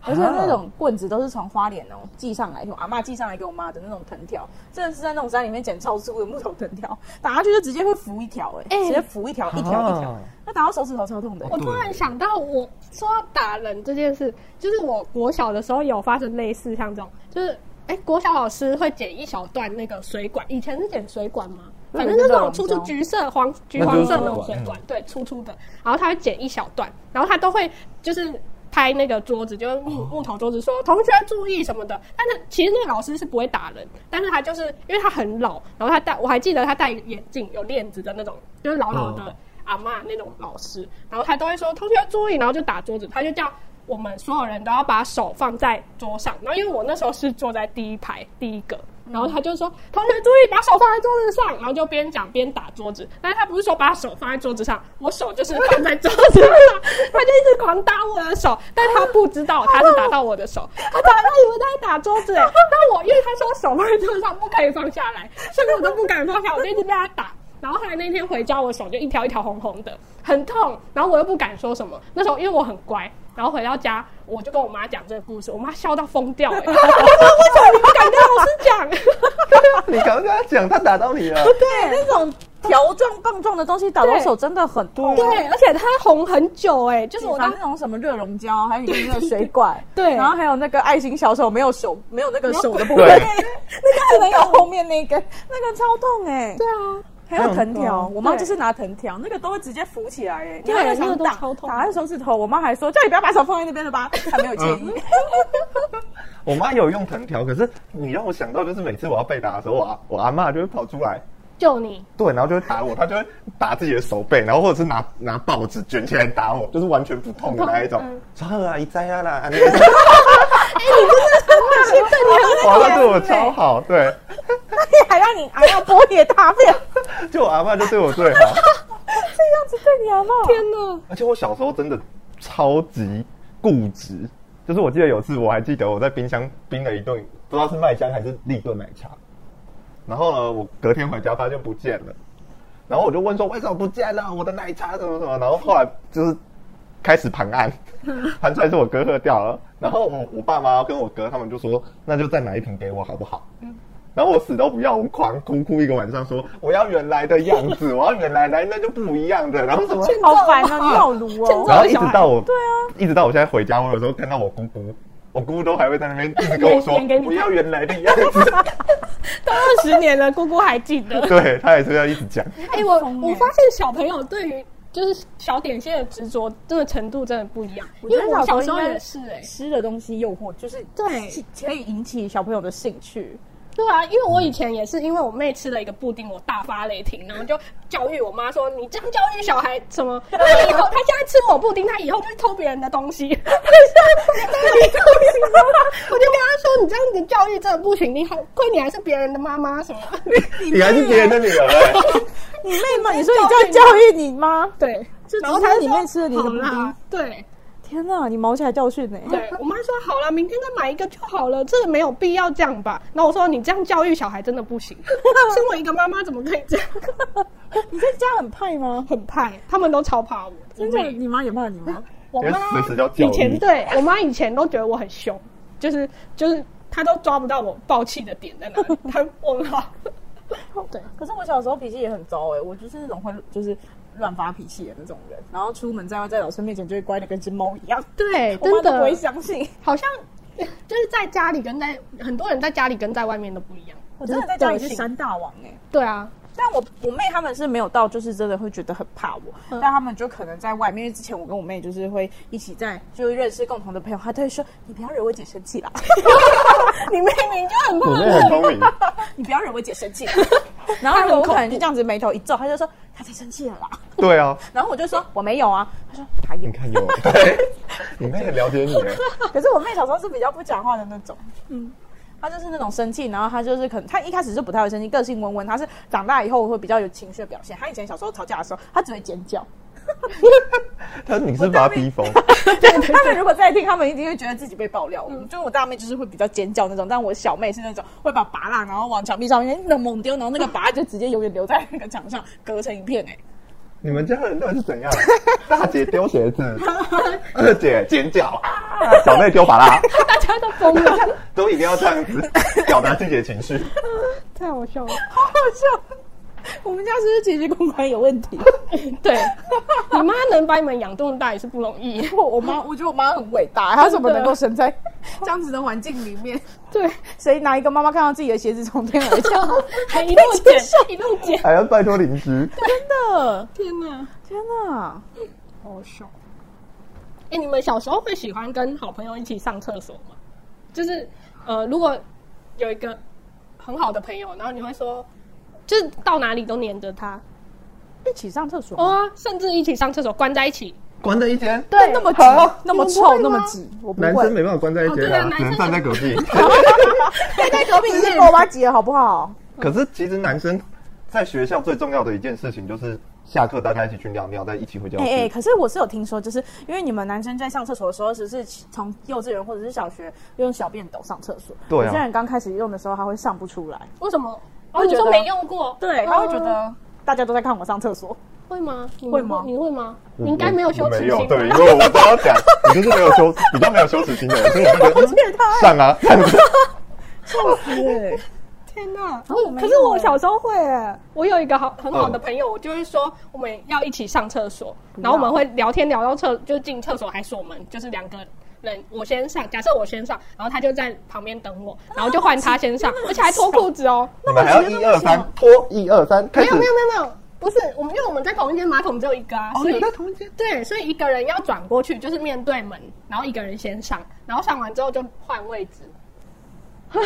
S3: 而
S2: 啊
S3: 且那种棍子都是从花莲哦寄上来，我阿妈寄上来给我妈的那种藤条，真的是在那种山里面捡超粗的木头藤条，打下去就直接会浮一条、哎、
S2: 哎啊
S3: 直接浮一条一条一条，那、打到手指头超痛的、
S2: 我突然想到我，说到打人这件事，就是我国小的时候有发生类似像这种，就是哎、国小老师会剪一小段那个水管，以前是剪水管吗？
S3: 那
S2: 反
S3: 个
S2: 正就是那种
S3: 是
S2: 粗
S3: 那
S2: 粗
S3: 种
S2: 橘色、黄橘
S1: 那
S2: 黄
S1: 就是嗯
S2: 色
S1: 水
S2: 那种水
S1: 管
S2: 管，对，粗粗的，然后他会剪一小段，然后他都会就是拍那个桌子，就是木木头桌子说同学注意什么的。但是其实那个老师是不会打人，但是他就是因为他很老，然后他戴我还记得他戴眼镜有链子的那种，就是老老的。
S1: 嗯
S2: 阿嬷那种老师，然后他都会说同学注意，然后就打桌子，他就叫我们所有人都要把手放在桌上。然后因为我那时候是坐在第一排第一个，然后他就说同学注意，把手放在桌子上，然后就边讲边打桌子。但是他不是说把手放在桌子上，我手就是放在桌子上，他就一直狂打我的手，但他不知道他是打到我的手，他打他以为他在打桌 子、欸， 那我因为他说手放在桌子上不可以放下来，所以我都不敢放下，我就一直被他打。然后后来那天回家，我手就一条一条红红的，很痛。然后我又不敢说什么，那时候因为我很乖。然后回到家，我就跟我妈讲这个故事，我妈笑到疯掉、 欸，我说为什么你不敢跟老师讲？
S1: 啊你赶快跟他讲，他打到你了。
S3: 对，那种条状棒状的东西打到
S2: 对
S3: 手真的很痛、
S2: 对，而且她红很久、欸，哎，就是
S3: 我
S2: 我
S3: 拿
S2: 当
S3: 那种什么热熔胶，还有你那个水管，
S2: 对
S3: 然后还有那个爱心小手，没有手，没有那个手的部分，
S1: 对
S3: 那个只能有后面那根，那个超痛哎、
S2: 对啊，
S3: 还有藤条，
S1: 嗯
S3: 我妈
S2: 对
S3: 就是拿藤条，那个都会直接浮起来哎，
S2: 对
S3: 你还想
S2: 那个都
S3: 打
S2: 超痛
S3: 打在手指头，我妈还说叫你不要把手放在那边了吧，她没有 建议。
S1: 我妈有用藤条，可是你让我想到，就是每次我要被打的时候，我阿我阿妈就会跑出来，
S2: 救你，
S1: 对，然后就会打我，她就会打自己的手背，然后或者是拿拿报纸卷起来打我，就是完全不痛的那一种
S2: 嗯。
S1: 说啊，一摘啊啦，啊那个 我阿妈对我 超好，对，
S3: 那你还让你还要剥也大 不了，
S1: 就我阿妈就对我最好。
S3: 这样子对你好不好？
S2: 天哪！
S1: 而且我小时候真的超级固执，就是我记得有次我还记得我在冰箱冰了一顿，不知道是麦香还是立顿奶茶，然后呢，我隔天回家发现不见了，然后我就问说为什么不见了我的奶茶什么什么，然后后来就是开始盘案，盘出来是我哥喝掉了，然后我我爸妈跟我哥他们就说那就再买一瓶给我好不好？然后我死都不要，我狂哭哭一个晚上说，我要原来的样子，我要原来来那就不一样的，然后什么
S3: 好烦啊，你好卢
S2: 欠揍
S3: 哦。
S1: 然后一直到
S2: 哎
S1: 我，对啊，一直到我现在回家，我有时候看到我姑姑，我姑姑都还会在那边一直跟我说
S2: 演 演给你，看
S1: 不要原来的样子。。
S2: 都二十年了，姑姑还记得
S1: 对，她也是要一直 讲。
S2: 哎、我
S3: 疯欸
S2: 我发现小朋友对于就是小点心的执着，这个程度真的不一样。因为我小时候也是哎、
S3: 吃的东西诱惑，就是
S2: 对
S3: 可以引起小朋友的兴趣。
S2: 对啊，因为我以前也是因为我妹吃了一个布丁，我大发雷霆，然后就教育我妈说：“你这样教育小孩什么？他以后他现在吃我布丁，他以后就偷别人的东西。” 我就跟她说：“你这样子教育真的不行，你还亏你还是别人的妈妈什么
S1: 你还是别人的女儿、欸，
S3: 你妹吗？你说你这样教育你妈？
S2: 对，
S3: 这
S2: 然后他就
S3: 只是
S2: 说
S3: 里面吃了你一个
S2: 好
S3: 布丁
S2: 啦，，对
S3: 天哪，你毛起来教训呢、
S2: 对，我妈说好啦，明天再买一个就好了，这没有必要这样吧。然后我说你这样教育小孩真的不行， 身为一个妈妈怎么可以这样？
S3: 你在家很派吗？
S2: 很派，他们都超怕我。
S3: 真的，你妈也怕你吗？
S2: 我
S1: 因为
S2: 妈
S1: 随时叫教
S2: 以前
S1: 育。
S2: 对我妈以前都觉得我很凶，就是就是她都抓不到我爆气的点在哪里，她问号。对，
S3: 可是我小时候脾气也很糟哎、我就是那种会就是乱发脾气的那种人，然后出门在外在老师面前就会乖的跟只猫一样，
S2: 对，
S3: 我妈
S2: 真
S3: 都不
S2: 的
S3: 会相信。
S2: 好像就是在家里跟在很多人在家里跟在外面都不一样。
S3: 我真的在家里是
S2: 就是个性
S3: 山大王哎、
S2: 对啊，
S3: 但我我妹他们是没有到，就是真的会觉得很怕我，但他们就可能在外面。因为之前我跟我妹就是会一起在，就是认识共同的朋友，她都会说：“你不要惹我姐生气啦， 你妹妹就很
S1: 我妹很 聪明，
S3: 你不要惹我姐生气啦。” 然后我可能就这样子眉头一皱，她就说：“她才生气了啦。
S1: 对啊，”
S3: 然后我就说：“我没有啊。”她说：“她有
S1: 你。看有， 对，你妹很了解你 耶，”
S3: 可是我妹小时候是比较不讲话的那种，嗯。她就是那种生气，然后她就是可能，她一开始是不太会生气，个性温温。她是长大以后会比较有情绪的表现。她以前小时候吵架的时候，她只会尖叫，
S1: 他你是把他逼疯，
S3: 对，嗯他们如果在听，他们一定会觉得自己被爆料。就是我大妹就是会比较尖叫那种，但我小妹是那种会把拔蜡然后往墙壁上面那猛丢，然后那个拔蜡就直接永远留在那个墙上，隔成一片哎、
S1: 你们家人到底是怎样？大姐丢鞋 子，二姐尖叫啊，小妹丢把 拉，
S2: 大家都疯了，
S1: 都一定要这样子表达自己的情绪。
S2: 太好笑了。
S3: 好好笑。我们家是不是情绪公关有问题？
S2: 对， 你妈能把你们养这么大也是不容易。
S3: 我我妈，我觉得我妈很伟大，她怎么能够生在这样子的环境里面？
S2: 对，
S3: 谁哪一个妈妈看到自己的鞋子从天而降？
S2: 还一路 捡，一路捡。
S1: 还要拜托邻居，
S3: 真的，
S2: 天哪，
S3: 天哪！
S2: 好笑！哎、你们小时候会喜欢跟好朋友一起上厕所吗？就是呃，如果有一个很好的朋友，然后你会说，就是到哪里都黏着他，
S3: 一起上厕所
S2: 哦
S3: 吗？
S2: 啊，甚至一起上厕所关在一起。
S1: 关在一间，
S3: 但那么挤
S1: 好，
S3: 那么
S2: 你不
S3: 臭，
S2: 会
S3: 那么
S2: 吗
S3: 挤，我不
S1: 男
S3: 会
S1: 生。没办法关在一间
S2: 哦对啊
S1: 啊，
S2: 男
S1: 只
S2: 生
S1: 能站在隔 壁。
S3: 对，在隔壁已经够巴结了，好不好？
S1: 可是其实男生在学校最重要的一件事情就是下课大家一起去尿尿，再一起回教
S3: 哎、哎、
S1: 室。
S3: 可是我是有听说，就是因为你们男生在上厕所的时候，只是从幼稚园或者是小学用小便斗上厕所。
S1: 对啊
S3: 有些人刚开始用的时候，他会上不出来，
S2: 为什么？
S3: 我
S2: 哦，你
S3: 觉得
S2: 说没用过，
S3: 对，他会觉
S2: 哦
S3: 得大家都在看我上厕 所。
S2: 会吗？你
S3: 会吗
S2: 你会吗？你应该没有羞
S1: 嗯
S2: 耻
S1: 没有
S2: 心
S1: 对，因
S2: 吧？
S1: 为我都要讲，你就是没有羞， 比较没有羞耻心的人，所以我就觉得上啊， 上啊。
S3: 对，
S2: 天哪！
S3: 哦我没
S2: 可
S3: 有
S2: 是我小
S3: 时候会、
S2: 我有一个好很好的朋友，我就会说我们要一起上厕所，然后我们会聊天聊到厕，就是进厕所还锁门，就是两个人我先上，假设我先上，然后他就在旁边等我，然后就换他先上，而且还脱裤子哦。
S1: 你们还要一二三拖，一二三开
S2: 没
S1: 始
S2: 有没有没有没有，不是我们，因为我们在同一间马桶只有一个啊，
S3: 哦
S2: 所以
S1: 同一间，
S2: 对，所以一个人要转过去，就是面对门，然后一个人先上，然后上完之后就换位 置。哈，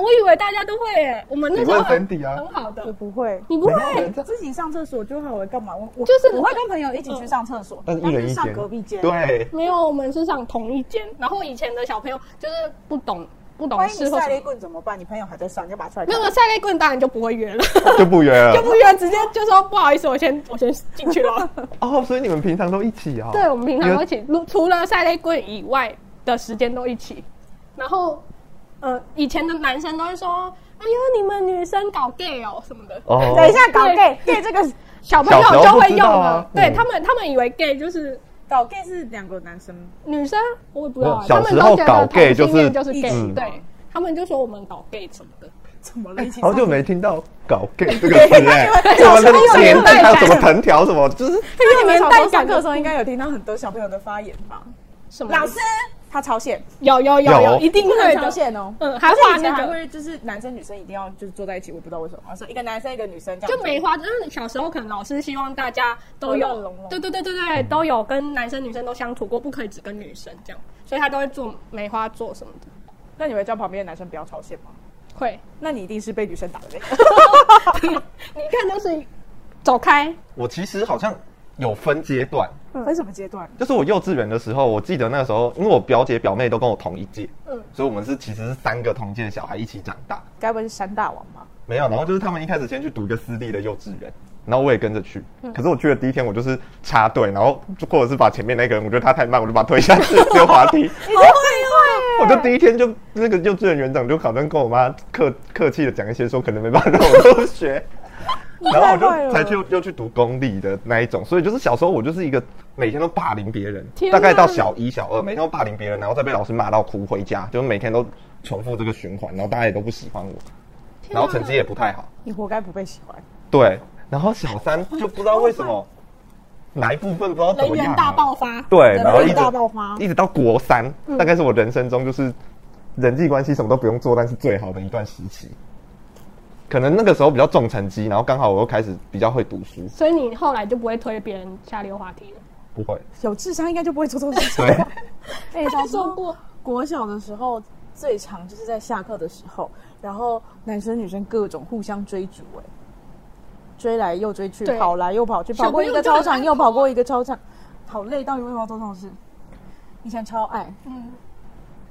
S2: 我以为大家都会耶，我们那时候
S1: 你问
S2: 很
S1: Fendi 啊
S2: 很好的
S3: 我，不会。
S2: 你不会？
S3: 自己上厕所就好了，干嘛？我我
S2: 就是
S3: 我会跟朋友一起去上厕所，
S1: 但嗯是一人一
S3: 上
S1: 间，
S3: 隔壁间。，
S1: 对，啊
S2: 没有，我们是上同一间。然后以前的小朋友就是不懂不懂
S3: 万一
S2: 事
S3: 你
S2: 或
S3: 晒
S2: 什
S3: 了一
S2: 么，
S3: 棍怎么办？你朋友还在上，你就把他出来
S2: 没
S3: 看。
S2: 有晒内棍当然就不会约了，
S1: 就不约
S2: 就
S1: 了。
S2: 不约，直接就说不好意思，我先我先进去 了。
S1: 哦，所以你们平常都一起啊？
S2: 对，我们平常都一
S1: 有
S2: 起，如除了晒内棍以外的时间都一起。然后，呃，以前的男生都会说：“哎呦，你们女生搞 gay 哦什么的。”
S1: 哦，
S3: 等一下搞
S2: 对
S3: gay gay 这个
S2: 小朋友
S1: 小时候
S2: 就
S1: 不
S2: 会
S1: 知
S2: 用
S1: 道啊
S2: 了，对
S1: 嗯
S2: 他们，他们以为 gay 就是
S3: 搞 gay 是两个男生
S2: 女生，我也不知道啊。
S1: 小
S2: 他们
S1: 时
S2: 都
S1: 候
S2: 觉得
S1: 搞 gay
S2: 同性恋
S1: 就嗯
S2: 就是是
S3: 一
S2: gay，、
S1: 起
S2: 对他们就说我们搞 gay 什么的。
S3: 怎么了？一起
S1: 好
S3: 上
S1: 久没听到“搞 gay” 这个词哎，
S3: 对
S1: 我们
S3: 小时候
S1: 的
S3: 有
S1: 年代
S3: 年代
S1: 还有
S3: 感
S1: 什么藤条什么，就是
S3: 因为你们小时候上课
S2: 各
S3: 的时候，应该有听到很多小朋友的发言吧？
S2: 什么
S3: 老师他超线，
S2: 有有有
S1: 有
S2: 一定
S3: 不
S2: 会
S3: 能
S2: 的
S3: 超。线哦。
S2: 嗯，还画那
S3: 还
S2: 个
S3: 会就是男生女生一定要就是坐在一起，我不知道为什么，啊说一个男生一个女生这样
S2: 就梅花，因为小时候可能老师希望大家都
S3: 和乐
S2: 有
S3: 融融，
S2: 对对对对对，都有跟男生女生都相处过，不可以只跟女生这样，所以他都会做梅花座什么的。
S3: 那你会叫旁边的男生不要超线吗？
S2: 会，
S3: 那你一定是被女生打的 那个。
S2: 你看都是走开，
S1: 我其实好像有分阶段，
S3: 分什么阶段？
S1: 就是我幼稚园的时候，我记得那时候，因为我表姐表妹都跟我同一届，
S2: 嗯
S1: 所以我们是其实是三个同届的小孩一起长大。
S3: 该不会是山大王吧？
S1: 没有，然后就是他们一开始先去读一个私立的幼稚园，然后我也跟着去。可是我去的第一天，我就是插队，然后就或者是把前面那个人，我觉得他太慢，我就把他推下去溜滑梯。
S2: 哦
S1: 我就第一天就那个幼稚园园长就好像跟我妈客客气的讲一些，说可能没办法让我入 学。然后我
S3: 太坏了
S1: 就才去又去读公立的那一种，所以就是小时候我就是一个每天都霸凌别人
S2: 天，哪
S1: 大概到小一小二每天都霸凌别人，然后再被老师骂到哭回家，就是每天都重复这个循环，然后大家也都不喜欢我，然后成绩也不太好。
S3: 你活该不被喜欢。
S1: 对，然后小三就不知道为什 么哪一部分不知道怎
S2: 人
S1: 么样啊
S2: 缘
S1: 了
S2: 大爆发，
S1: 对，然后
S3: 人
S1: 一
S3: 缘
S1: 直
S3: 大爆发
S1: 一直到国三，
S2: 嗯
S1: 大概是我人生中就是人际关系什么都不用做，但是最好的一段时期。可能那个时候比较重成绩，然后刚好我又开始比较会读书，
S2: 所以你后来就不会推别人下溜滑梯了。
S1: 不会，
S3: 有智商应该就不会做错事情。
S1: 对，
S3: 哎、
S2: 他
S3: 小
S2: 就
S3: 时候
S2: 做过，
S3: 国小的时候最长就是在下课的时候，然后男生女生各种互相追逐、哎，追来又追去，
S2: 对
S3: 跑来又跑去，
S2: 小
S3: 跑过
S2: 朋
S3: 一
S2: 友
S3: 个
S2: 就很
S3: 操场
S2: 爱
S3: 又
S2: 跑
S3: 跑
S2: 啊
S3: 过一个操场，好累到有没有做这种事？以前超爱，
S2: 嗯，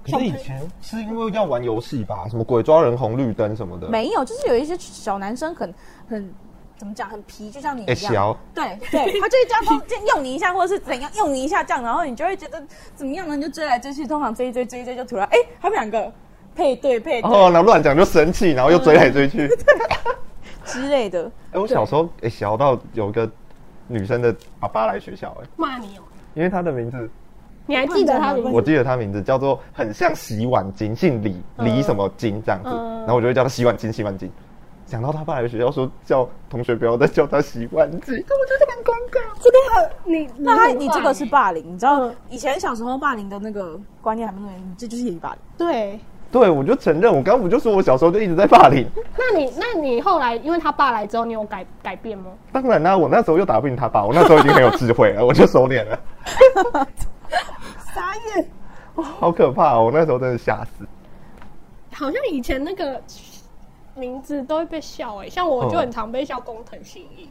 S1: 可是以前是因为要玩游戏吧，什么鬼抓人红绿灯什么的，
S3: 没有，就是有一些小男生很很怎么讲，很皮，就像你
S1: 哎
S3: 一样。
S1: 小，
S3: 对对，他就一家风用你一下，或者是怎样用你一下这样，然后你就会觉得怎么样呢？你就追来追去，通常追一追追一追就突然哎，他们两个配对配
S1: 然
S3: 对
S1: 后然后哦乱讲就生气，然后又追来追
S2: 嗯
S1: 去。
S3: 之类的。
S1: 哎，我小时候哎小到有一个女生的爸爸来学校，哎，
S2: 骂你哦，
S1: 因为她的名字
S2: 你还记得他名
S3: 嗯
S2: 字？
S1: 我记得他名字叫做很像洗碗巾，姓李，李什么巾这样子，
S2: 嗯
S1: 然后我就会叫他洗碗巾，洗碗巾。想到他爸来学校说叫同学不要再叫他洗碗巾，
S2: 我觉得很尴尬，这个很啊你
S3: 那他
S2: 很
S3: 你
S2: 坏
S3: 这个是霸凌，你知道
S2: 嗯
S3: 以前小时候霸凌的那个观念还没有，你这就是言语霸凌。
S2: 对。
S1: 对我就承认，我刚刚不就说我小时候就一直在霸凌？
S2: 那你那你后来因为他爸来之后，你有改改变吗？
S1: 当然啦、我那时候又打不赢他爸，我那时候已经很有智慧了，我 就收敛了，
S3: 傻眼，
S1: 好可怕哦！我那时候真的吓死。
S2: 好像以前那个名字都会被笑哎、像我就很常被笑工藤新一。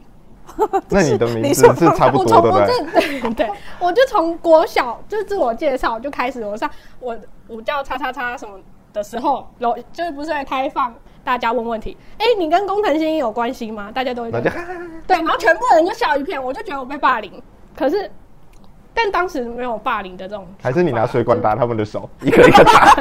S1: 那你的名
S3: 你
S1: 字
S3: 说
S1: 是哦差不
S2: 我
S1: 多
S2: 从
S1: 对不
S2: 我
S1: 对？
S2: 这对对，我就 从国小就自我介绍就开始，我上我我叫叉叉叉什么的时候，楼就是不是会开放大家问问题？哎、你跟工藤新一有关系吗？大家都会
S1: 那
S2: 这
S1: 就
S2: 样对，然后全部人就笑一片，我就觉得我被霸凌。可是，但当时没有霸凌的这种想法，
S1: 还是你拿水管打他们的手，一个一个打，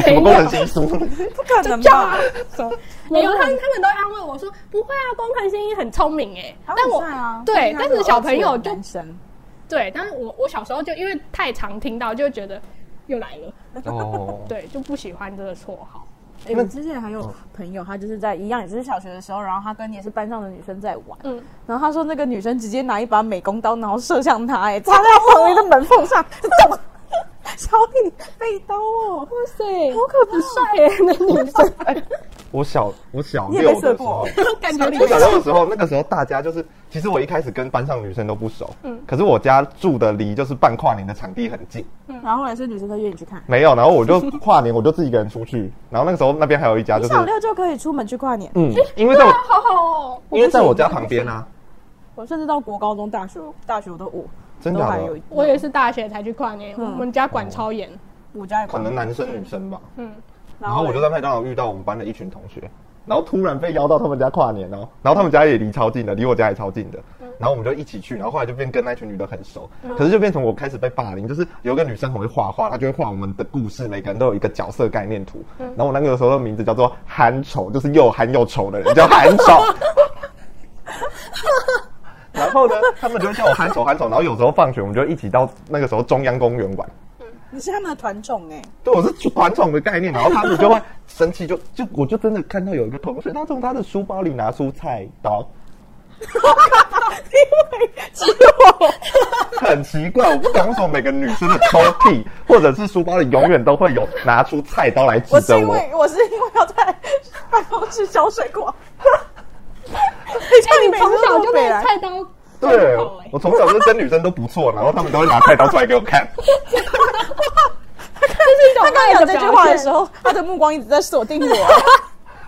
S1: 什么工程师什么工程师？
S3: 不可能
S2: 叫啊
S3: 吧？
S2: 什么？没有，他他们都安慰我说不会啊，工藤新一很聪明哎。
S3: 他
S2: 但
S3: 很
S2: 我
S3: 帅啊
S2: 对，但是小朋友就
S3: 男生
S2: 对，但是我我小时候就因为太常听到，就觉得又来了，
S1: 哦，
S2: 对，就不喜欢这个绰号。
S3: 哎、我之前还有朋友，他就是在一样，也是小学的时候，然后他跟也是班上的女生在玩，
S2: 嗯，
S3: 然后他说那个女生直接拿一把美工刀，然后射向他、哎，插在他旁边的门缝 上，就这样，小李被刀哦，
S2: 哇塞，
S3: 好可怕！
S2: 帅耶，那女
S3: 哦
S2: 生
S1: 我小我小
S3: 你也被
S1: 六
S3: 射
S1: 的时
S3: 过
S1: 候
S3: 哦，。
S2: 感觉
S1: 我小时候的时候，那个时候大家就是，其实我一开始跟班上女生都不熟，嗯，可是我家住的离就是办跨年的场地很近，
S3: 然后后来是女生在约你去看，
S1: 没有，然后我就跨年我就自己一个人出去，然后那个时候那边还有一家
S3: 你
S1: 就是，
S3: 小六就可以出门去跨年，
S1: 嗯，因为在我
S2: 好好哦，
S1: 因为在我家旁边啊，
S3: 我甚至到国高中、大学，大学我都我
S1: 真
S3: 都
S1: 假
S3: 还
S1: 的
S3: 有，
S2: 我也是大学才去跨年，
S3: 嗯
S2: 我们家管超
S3: 哦
S2: 严，
S3: 我家也
S1: 可
S3: 管
S1: 能，男生女生吧，
S2: 嗯，
S1: 然后我就在麦当劳遇到我们班的一群同学，然后突然被邀到他们家跨年哦，然后他们家也离超近的，离我家也超近的，然后我们就一起去，然后后来就变跟那群女的很熟，可是就变成我开始被霸凌，就是有一个女生很会画画，她就会画我们的故事，每个人都有一个角色概念图，然后我那个时候的名字叫做憨丑，就是又憨又丑的人叫憨丑。 然后呢，他们就会叫我憨丑憨丑，然后有时候放学我们就一起到那个时候中央公园玩，
S3: 你是他们的团宠 哎、
S1: 对，我是传统的概念，然后他们就会生气，就 就我就真的看到有一个同学，他从他的书包里拿出菜刀，很奇怪，我不懂为什么每个女生的抽屉或者是书包里永远都会有拿出菜刀来指
S3: 我
S1: 责
S3: 是因
S1: 我。
S3: 为我是因为要在办公室削水果。 你
S2: 哎，你从小就被
S3: 来，
S2: 菜刀
S1: 对
S2: 好哎，
S1: 我从小就跟女生都不错，然后他们都会拿菜刀出来给我看。
S2: 这是一种
S3: 他刚
S2: 爱
S3: 讲
S2: 的
S3: 这句
S2: 表
S3: 话的
S2: 现
S3: 时候，他的目光一直在锁定我。啊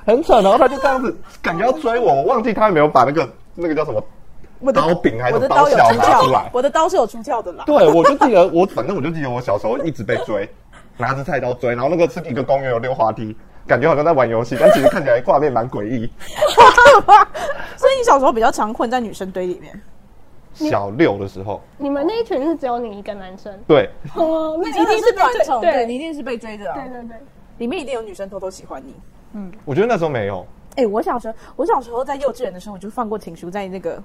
S1: 很扯，然后他就这样子，感觉要追我，我忘记他有没有把那个那个叫什么
S3: 我 的
S1: 刀柄还
S3: 我
S1: 是
S3: 的
S1: 刀
S3: 刀有
S1: 鞘
S3: 出
S1: 拿出来
S3: 鞘，。我的刀是有出鞘的啦。
S1: 对，我就记得我，反正我就记得我小时候一直被追，拿着菜刀追，然后那个是一个公园有溜滑梯，感觉好像在玩游戏，但其实看起来画面蛮诡异。
S3: 所以你小时候比较常混在女生堆里面，
S1: 小六的时 候，
S2: 你们那一群是只有你一个男生，
S1: 对，
S2: 哦，那
S3: 你一定是
S2: 被
S3: 短宠，
S2: 对
S3: 你一定是被追的啊，
S2: 对对对，
S3: 里面一定有女生偷偷喜欢你。
S1: 我觉得那时候没有，
S3: 哎、我小时候，我小时候在幼稚园的时候，我就放过情书在那个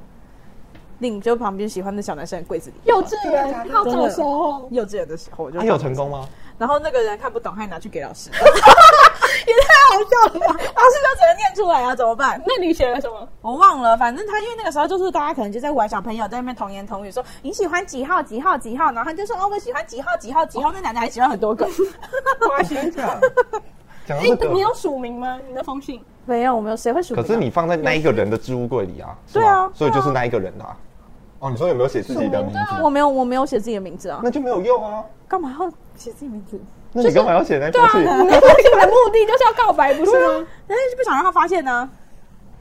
S3: 另就旁边喜欢的小男生的柜子里。
S2: 幼稚园好早熟哦，
S3: 幼稚园的时候，我就
S1: 他啊有成功吗？
S3: 然后那个人看不懂，还拿去给老师， 也太好笑了吧！老师就只能念出来啊，怎么办？
S2: 那你写了什么？
S3: 我忘了，反正他因为那个时候就是大家可能就在玩小朋友，在那边童言童语说你喜欢几号几号几号，然后他就说哦我喜欢几号几号几号，那男的还喜欢很 多个。
S1: 花心讲，讲到
S2: 哎、
S1: 这个
S2: 你，有署名吗？你那封 信？
S3: 没有，我没有，谁会数？
S1: 可是你放在那一个人的置物柜里啊，是
S3: 对啊
S1: 吗所以就是那一个人啊。哦，你说有没有写自己的名字？
S3: 我没有，我没有写自己的名字啊，
S1: 那就没有用啊。
S3: 干嘛要写自己名字？
S1: 那你干嘛要写那封信？
S2: 啊你那封信的目的就是要告白，不是吗？
S3: 但是不想让他发现呢、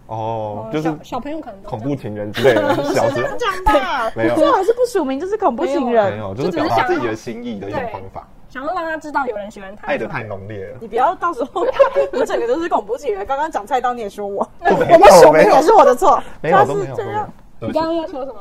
S1: 哦，就是
S2: 小小朋友可能都这
S1: 恐
S2: 样
S1: 怖情人之类的， 小时候
S3: 这样吧，
S1: 没有
S3: 最好是不署名，就是恐怖情人
S1: 没。有，就是
S2: 就只
S1: 表
S2: 是
S1: 达
S2: 想
S1: 自己的心意的一种方法，
S2: 想要让他知道有人喜欢他，
S1: 爱的太浓烈了。
S3: 你不要到时候，我整个都是恐怖情人。 刚刚讲菜刀，你也说我，
S1: 我
S3: 我们署名也是我的错。
S1: 没有
S3: 他
S1: 都没
S3: 是
S1: 有都
S3: 这
S1: 没
S3: 样
S1: 有。。对不
S2: 你
S1: 起
S2: 刚刚要说什么？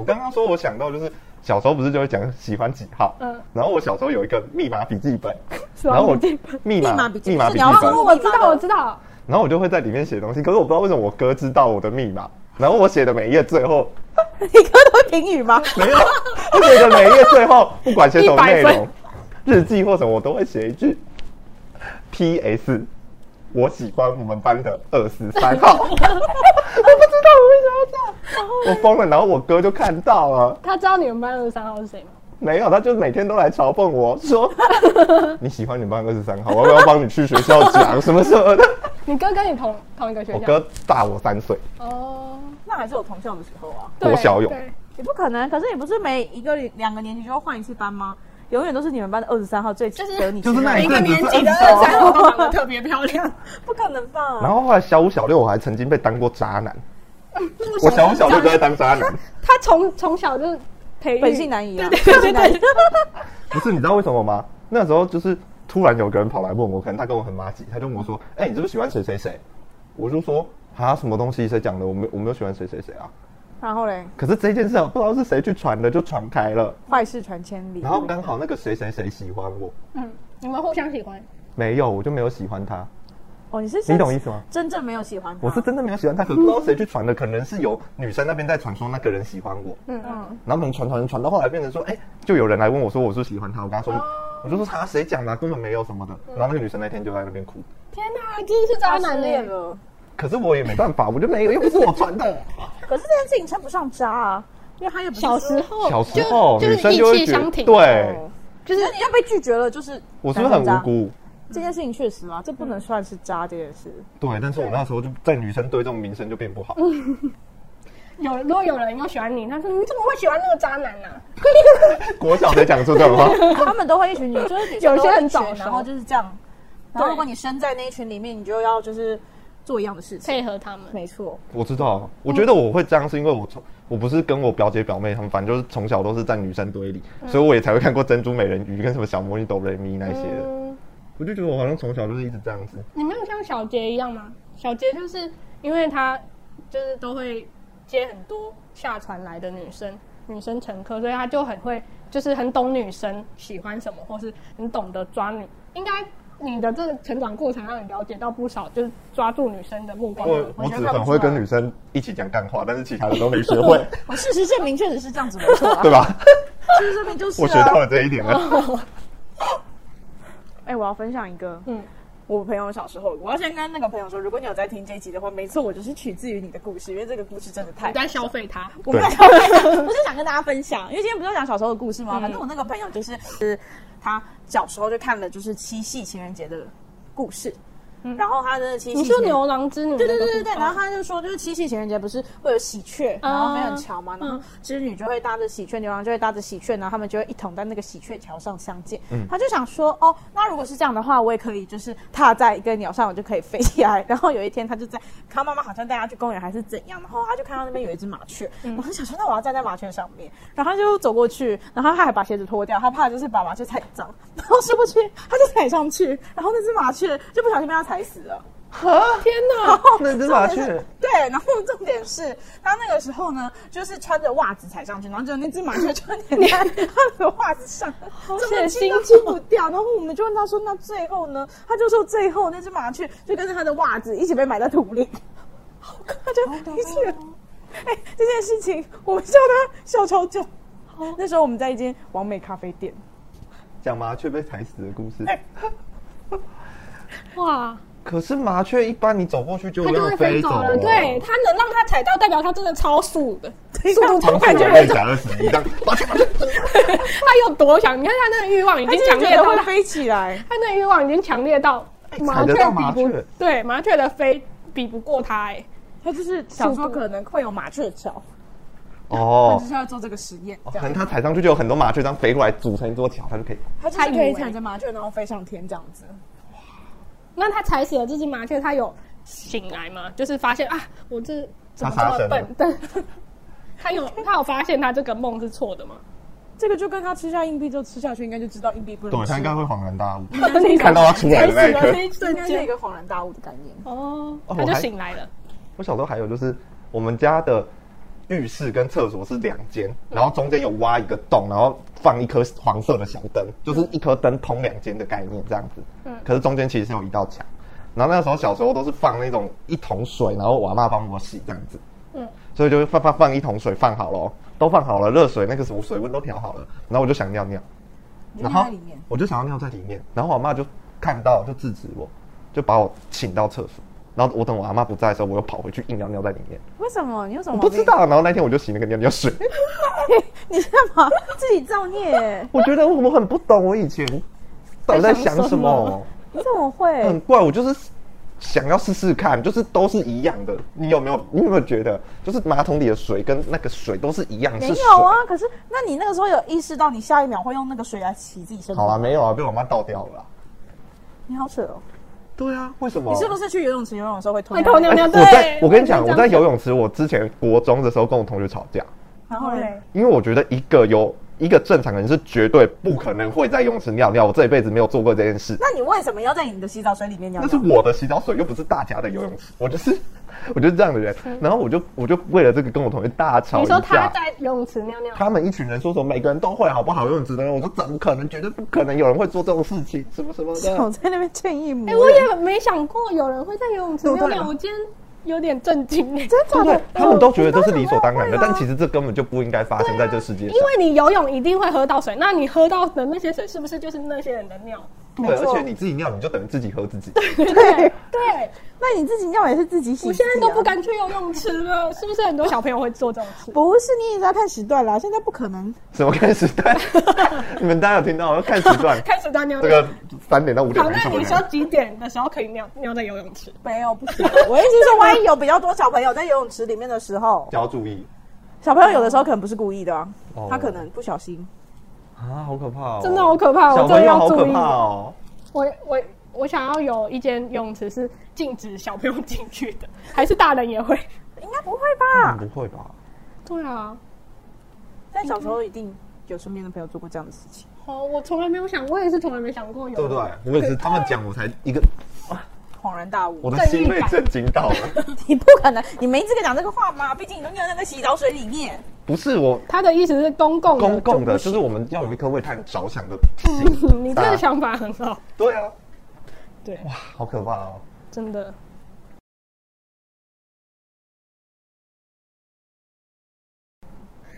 S1: 我刚刚说，我想到就是小时候不是就会讲喜欢几号，
S2: 嗯
S1: 然后我小时候有一个密码笔记本，
S2: 么
S1: 然后我
S2: 笔
S1: 密
S3: 密
S1: 码
S3: 码笔记
S1: 密码
S3: 是
S1: 笔
S3: 你
S1: 记
S3: 要
S1: 本
S3: 帮，
S2: 我知道，我知 道，
S1: 然后我就会在里面写东西，可是我不知道为什么我哥知道我的密码，然后我写的每一页最后
S3: 你哥都会评语吗？
S1: 没有，我写的每一页最后不管写什么内
S2: 100
S1: 容
S2: 分，
S1: 日记或什么，我都会写一句 P.S. 我喜欢我们班的二十三号， 我不知道我为什么要这样，我疯了。然后我哥就看到了。
S2: 他知道你们班二十三号是谁吗？
S1: 没有，他就每天都来嘲讽我说：“你喜欢你班二十三号，我要不要帮你去学校讲什么什么的
S2: 你哥跟你同同一个？”学
S1: 我
S2: 校？
S1: 哥大我三岁，
S2: 哦，
S3: 那还是有同校的时候啊。
S2: 对
S1: 国小有
S2: 对
S3: 也不可能，可是你不是每一个两个年级就要换一次班吗？永远都是你们班的二十三号最值得你信
S1: 就是
S3: 任
S1: 那一阵子是
S2: 你
S1: 23
S2: 的二三号都长得特别漂亮，
S3: 不可能吧？
S1: 然后后来小五小六我还曾经被当过渣男，我小五小六都在当渣男。
S2: 他从从小就是培育
S3: 本性难移啊，
S2: 对对
S3: 本性难移。
S1: 不是，你知道为什么吗？那时候就是突然有个人跑来问我，可能他跟我很妈吉，他就问我说：“哎、你是不是喜欢谁谁谁？”我就说：“啊，什么东西？谁讲的？我没我没有喜欢谁谁谁啊。
S3: 然后嘞，”
S1: 可是这件事啊不知道是谁去传的，就传开了。
S3: 坏事传千里
S1: 然。后刚好那个谁谁谁喜欢我，
S2: 嗯，你们互相喜欢，
S1: 没有，我就没有喜欢
S2: 啊
S1: 他。
S3: 哦，你是
S1: 你懂意思吗？
S3: 真正没有喜欢他，
S1: 我是真的没有喜欢他，可是不知道谁去传的，可能是有女生那边在传说那个人喜欢我，
S2: 嗯
S3: 嗯，
S1: 然后可能传传传到后来变成说，哎、就有人来问我说我是喜欢他，我跟他说，
S2: 嗯
S1: 我就说他谁讲的啊、根本没有什么的，然后那个女生那天就在那边哭，
S2: 天哪，真是渣男耶！
S3: 恋了。
S1: 可是我也没办法，我就没有，又不 是我传的，
S3: 可是这件事情称不上渣啊，因为他也不是
S2: 小时
S3: 说，
S2: 候，
S1: 小时候
S2: 就
S1: 女
S2: 就是
S1: 生
S2: 意
S1: 就会
S2: 气
S1: 觉
S2: 相
S1: 得，
S2: 挺，，啊
S1: 对，
S3: 就是你要被拒绝了，就是
S1: 我是不是很无
S2: 嗯
S1: 辜？
S3: 这件事情确实啊，这不能算是渣这件事。
S1: 对，但是我那时候就在女生堆这种名声就变不好，
S2: 有如果有人又喜欢你，他说你怎么会喜欢那个渣男啊呢？
S1: 国小才讲出这种话，
S3: 他们都会一 群女，就是女生
S2: 有些很
S3: 都会一群
S2: 早熟
S3: 然后就是这样。然后如果你身在那一群里面，你就要就是做一样的事情。
S2: 配合他们，
S3: 没错，
S1: 我知
S2: 嗯
S1: 道，我觉得我会这样是因为我从我不是跟我表姐表妹他们，反正就是从小都是在女生堆里，
S2: 嗯
S1: 所以我也才会看过珍珠美人鱼跟什么小魔女哆瑞咪那些的。
S2: 嗯。
S1: 我就觉得我好像从小就是一直这样子，
S2: 你没有像小杰一样吗？小杰就是因为他就是都会接很多下船来的女生，女生乘客，所以他就很会，就是很懂女生喜欢什么，或是很懂得抓女。应该你的这个成长过程让你了解到不少，就是抓住女生的目光。
S1: 我
S3: 我
S1: 我
S3: 觉得
S1: 只
S3: 看不
S1: 很
S3: 出
S1: 会跟
S3: 来
S1: 女生一起讲干话，但是其他的都没学 会，
S3: 我事实证明确实是这样 子，没错啊。
S1: 对吧？
S3: 事实证明就是、啊。
S1: 我学到了这一点了。
S3: 哎、我要分享一个，
S2: 嗯，
S3: 我朋友小时候，我要先跟那个朋友说，如果你有在听这一集的话，没错，我就是取自于你的故事，因为这个故事真的太
S2: 你……在消费他，
S3: 我没有
S1: 对
S3: 想到我是想跟大家分享，因为今天不是要讲小时候的故事吗？反正我那个朋友就是，是他小时候就看了就是七夕情人节的故事，然后他的七夕
S2: 你说
S3: 情人
S2: 牛郎织女那
S3: 对
S2: 个故
S3: 对
S2: 事？
S3: 对对对，嗯然后他就说，就是七夕情人节不是会有喜鹊，然后飞很桥嘛，然后织女就会搭着喜鹊，牛郎就会搭着喜鹊，然后他们就会一同在那个喜鹊桥上相见。他就想说，哦，那如果是这样的话，我也可以就是踏在一个鸟上，我就可以飞起来。然后有一天，他就在他妈妈好像带他去公园还是怎样，然后他就看到那边有一只麻雀，然后想说，那我要站在麻雀上面，然后他就走过去，然后他还把鞋子脱掉，他怕就是把麻雀踩脏，然后殊不知他就踩上去，然后那只麻雀就不小心被他踩死了。
S2: 天 哪！
S3: 然后
S1: 那只
S3: 重
S1: 麻
S3: 点
S1: 雀
S3: 是对，然后重点是他那个时候呢，就是穿着袜子踩上去，然后就那只麻雀就粘在他的袜 子上，怎么
S2: 血
S3: 清都
S2: 腥哦
S3: 清不掉。然后我们就问他说：“那最后呢？”他就说：“最后那只麻雀就跟着他的袜子一起被埋在土里。”他
S2: 哦
S3: 就一起了。哎，这件事情我们笑他笑超久。那时候我们在一间完美咖啡店，
S1: 讲麻雀被踩死的故事。
S2: 哎哇，
S1: 可是麻雀一般你走过去就
S2: 它就
S1: 让
S2: 会飞
S1: 走哦
S2: 走了。对，，它能让它踩到，代表它真的超速的， 速度超
S1: 从
S2: 快
S1: 此
S2: 就
S1: 准
S2: 会
S1: 备
S2: 走。
S1: 讲二十 一张，麻雀麻雀。
S2: 它有多想？你看它那个欲望已
S3: 他
S2: 经
S3: 就
S2: 强
S3: 觉
S2: 烈
S3: 得
S2: 到
S3: 会
S2: 它
S3: 飞起来。
S2: 他那欲望已经强烈到麻
S1: 哎踩
S2: 雀
S1: 得到麻
S2: 比不
S1: 雀
S2: 对麻雀的飞比不过它哎、
S3: 他就是想
S2: 速
S3: 说
S2: 度
S3: 可能会有麻雀桥，他
S1: 哦
S3: 就，是要做这个实验，这
S1: 可
S3: 样
S1: 能它踩上去就有很多麻雀这样飞过来组成一座桥，它就可以。
S3: 他就是可以踩着麻雀然后飞上天这样子。
S2: 那他踩死了这只麻雀，他有醒来吗？就是发现啊，我这怎么这
S1: 他杀
S2: 么
S1: 生了
S2: 笨？对， 他有他有发现他这个梦是错的吗？
S3: 这个就跟他吃下硬币之后吃下去，应该就知道硬币不能
S1: 对，
S3: 吃。
S1: 它应该会恍然大悟，
S2: 你
S1: 看到它出来的那一刻。
S3: 这应该是一个恍然大悟的概念。
S2: 哦，
S1: 哦
S2: 他
S1: 我
S2: 就
S1: 还
S2: 醒来了。
S1: 我小时候还有就是，我们家的浴室跟厕所是两间，然后中间有挖一个洞，然后放一颗黄色的小灯，就是一颗灯通两间的概念这样子。嗯，可是中间其实是有一道墙。然后那个时候小时候都是放那种一桶水，然后我阿妈帮我洗这样子。
S2: 嗯
S1: 嗯，所以就放放放一桶水放好了，哦都放好了，热水那个什么水温都调好了，然后我就想尿尿，
S3: 你就
S1: 然
S3: 尿
S1: 后
S3: 在里面，
S1: 我就想要尿在里面，然后我妈就看到就制止我，就把我请到厕所。然后我等我阿妈不在的时候，我又跑回去硬要尿在里面，
S3: 为什么？你有什么
S1: 我
S3: 毛病
S1: 不知，道。然后那天我就洗那个尿尿水，
S3: 你干嘛自己造孽？
S1: 我觉得我很不懂我以前到底在想
S2: 在想
S1: 什
S2: 什
S1: 么
S2: 么，
S3: 你怎么会？
S1: 很怪。我就是想要试试看，就是都是一样的。你有没有？你有没有觉得，就是马桶里的水跟那个水都是一样？
S3: 没
S1: 是水
S3: 有啊，可是那你那个时候有意识到你下一秒会用那个水来洗自己身体？
S1: 好啊，没有啊，被我妈倒掉了啊。
S3: 你好扯哦！
S1: 对啊，为什么？
S3: 你是不是去游泳池游泳的时候会吞
S2: 会偷尿
S1: 哎
S2: 尿？
S1: 我
S2: 对，
S1: 在我跟你讲，
S2: 就
S1: 我
S2: 这
S1: 在
S2: 样
S1: 游泳池，我之前国中的时候跟我同学吵架，
S3: 然后嘞，
S1: 因为我觉得一个有一个正常人是绝对不可能会在游泳池尿尿，我这一辈子没有做过这件事。
S3: 那你为什么要在你的洗澡水里面尿
S1: 那是
S3: 尿？
S1: 我的洗澡水，又不是大家的游泳池，我就是 我就是这样的人。然后我就我就为了这个跟我同学大吵
S2: 嗯你
S1: 一
S2: 说他
S1: 架。
S2: 在游泳池尿尿，
S1: 他们一群人说什么每个人都会好不好游泳池的人，我说怎么可能，绝对不可能有人会做这种事情，什么什么
S2: 哦
S3: 我
S1: 的。
S3: 在那边建议母
S2: 哎、我也没想过有人会在游泳池
S1: 对
S2: 尿
S1: 不对
S2: 尿，我今天有点震惊哎、
S1: 对不
S3: 真的假
S1: 对
S3: 的？？
S1: 他们都觉得这是理所当然的，
S3: 我
S1: 但其实这根本就不应该发生在这世界上
S2: 因。为你游泳一定会喝到水，那你喝到的那些水是不是就是那些人的 尿？
S1: 对，而且你自己尿，你就等于自己喝自己。
S3: 对，
S2: 对，
S3: 那你自己尿也是自己洗、啊
S2: 我现在都不。敢去游泳池了，是不是很多小朋友会做这种事？，
S3: 不是你一直在看时段啦，现在不可能。
S1: 什么看时段？你们大家有听到吗？看时段
S2: 开始在尿
S1: 这
S2: 尿。
S1: 个三点到五点
S2: 好，
S1: 还是什
S2: 那
S1: 么
S2: 你说
S1: 人？
S2: 几点的时候可以尿尿在游泳池？
S3: 没有，不 行。我意思是说，万一有比较多小朋友在游泳池里面的时候，
S1: 要注意
S3: 小朋友有的时候可能不是故意的啊、
S1: 哦
S3: 他可能不小心。
S1: 啊，好可怕哦！
S2: 真的好可怕，我
S1: 小
S2: 真的
S1: 朋友
S2: 要
S1: 好
S2: 注
S1: 可
S2: 意
S1: 怕。哦。
S2: 我我我想要有一间游泳池是禁止小朋友进去的，还是大人也会？
S3: 应该不会吧？
S1: 嗯不会吧？
S2: 对啊，
S3: 但小时候一定有身边的朋友做过这样的事情。
S2: 哦，我从来没有想，我也是从来没想过有，
S1: 对不对？？我也是，他们讲我才一个，
S3: 恍然大悟
S1: 我，的心被震惊到了。
S3: 你不可能，你没资格讲这个话嘛！毕竟你都尿在那个洗澡水里面。
S1: 不是我
S2: 他的意思是公共
S1: 公共的，啊
S2: 就
S1: 就是我们要有一颗为他人着想的
S2: 不
S1: 心。
S2: 行你这
S1: 大
S2: 个
S1: 家
S2: 想法很好，
S1: 对啊，
S2: 对，
S1: 好可怕哦！
S2: 真的。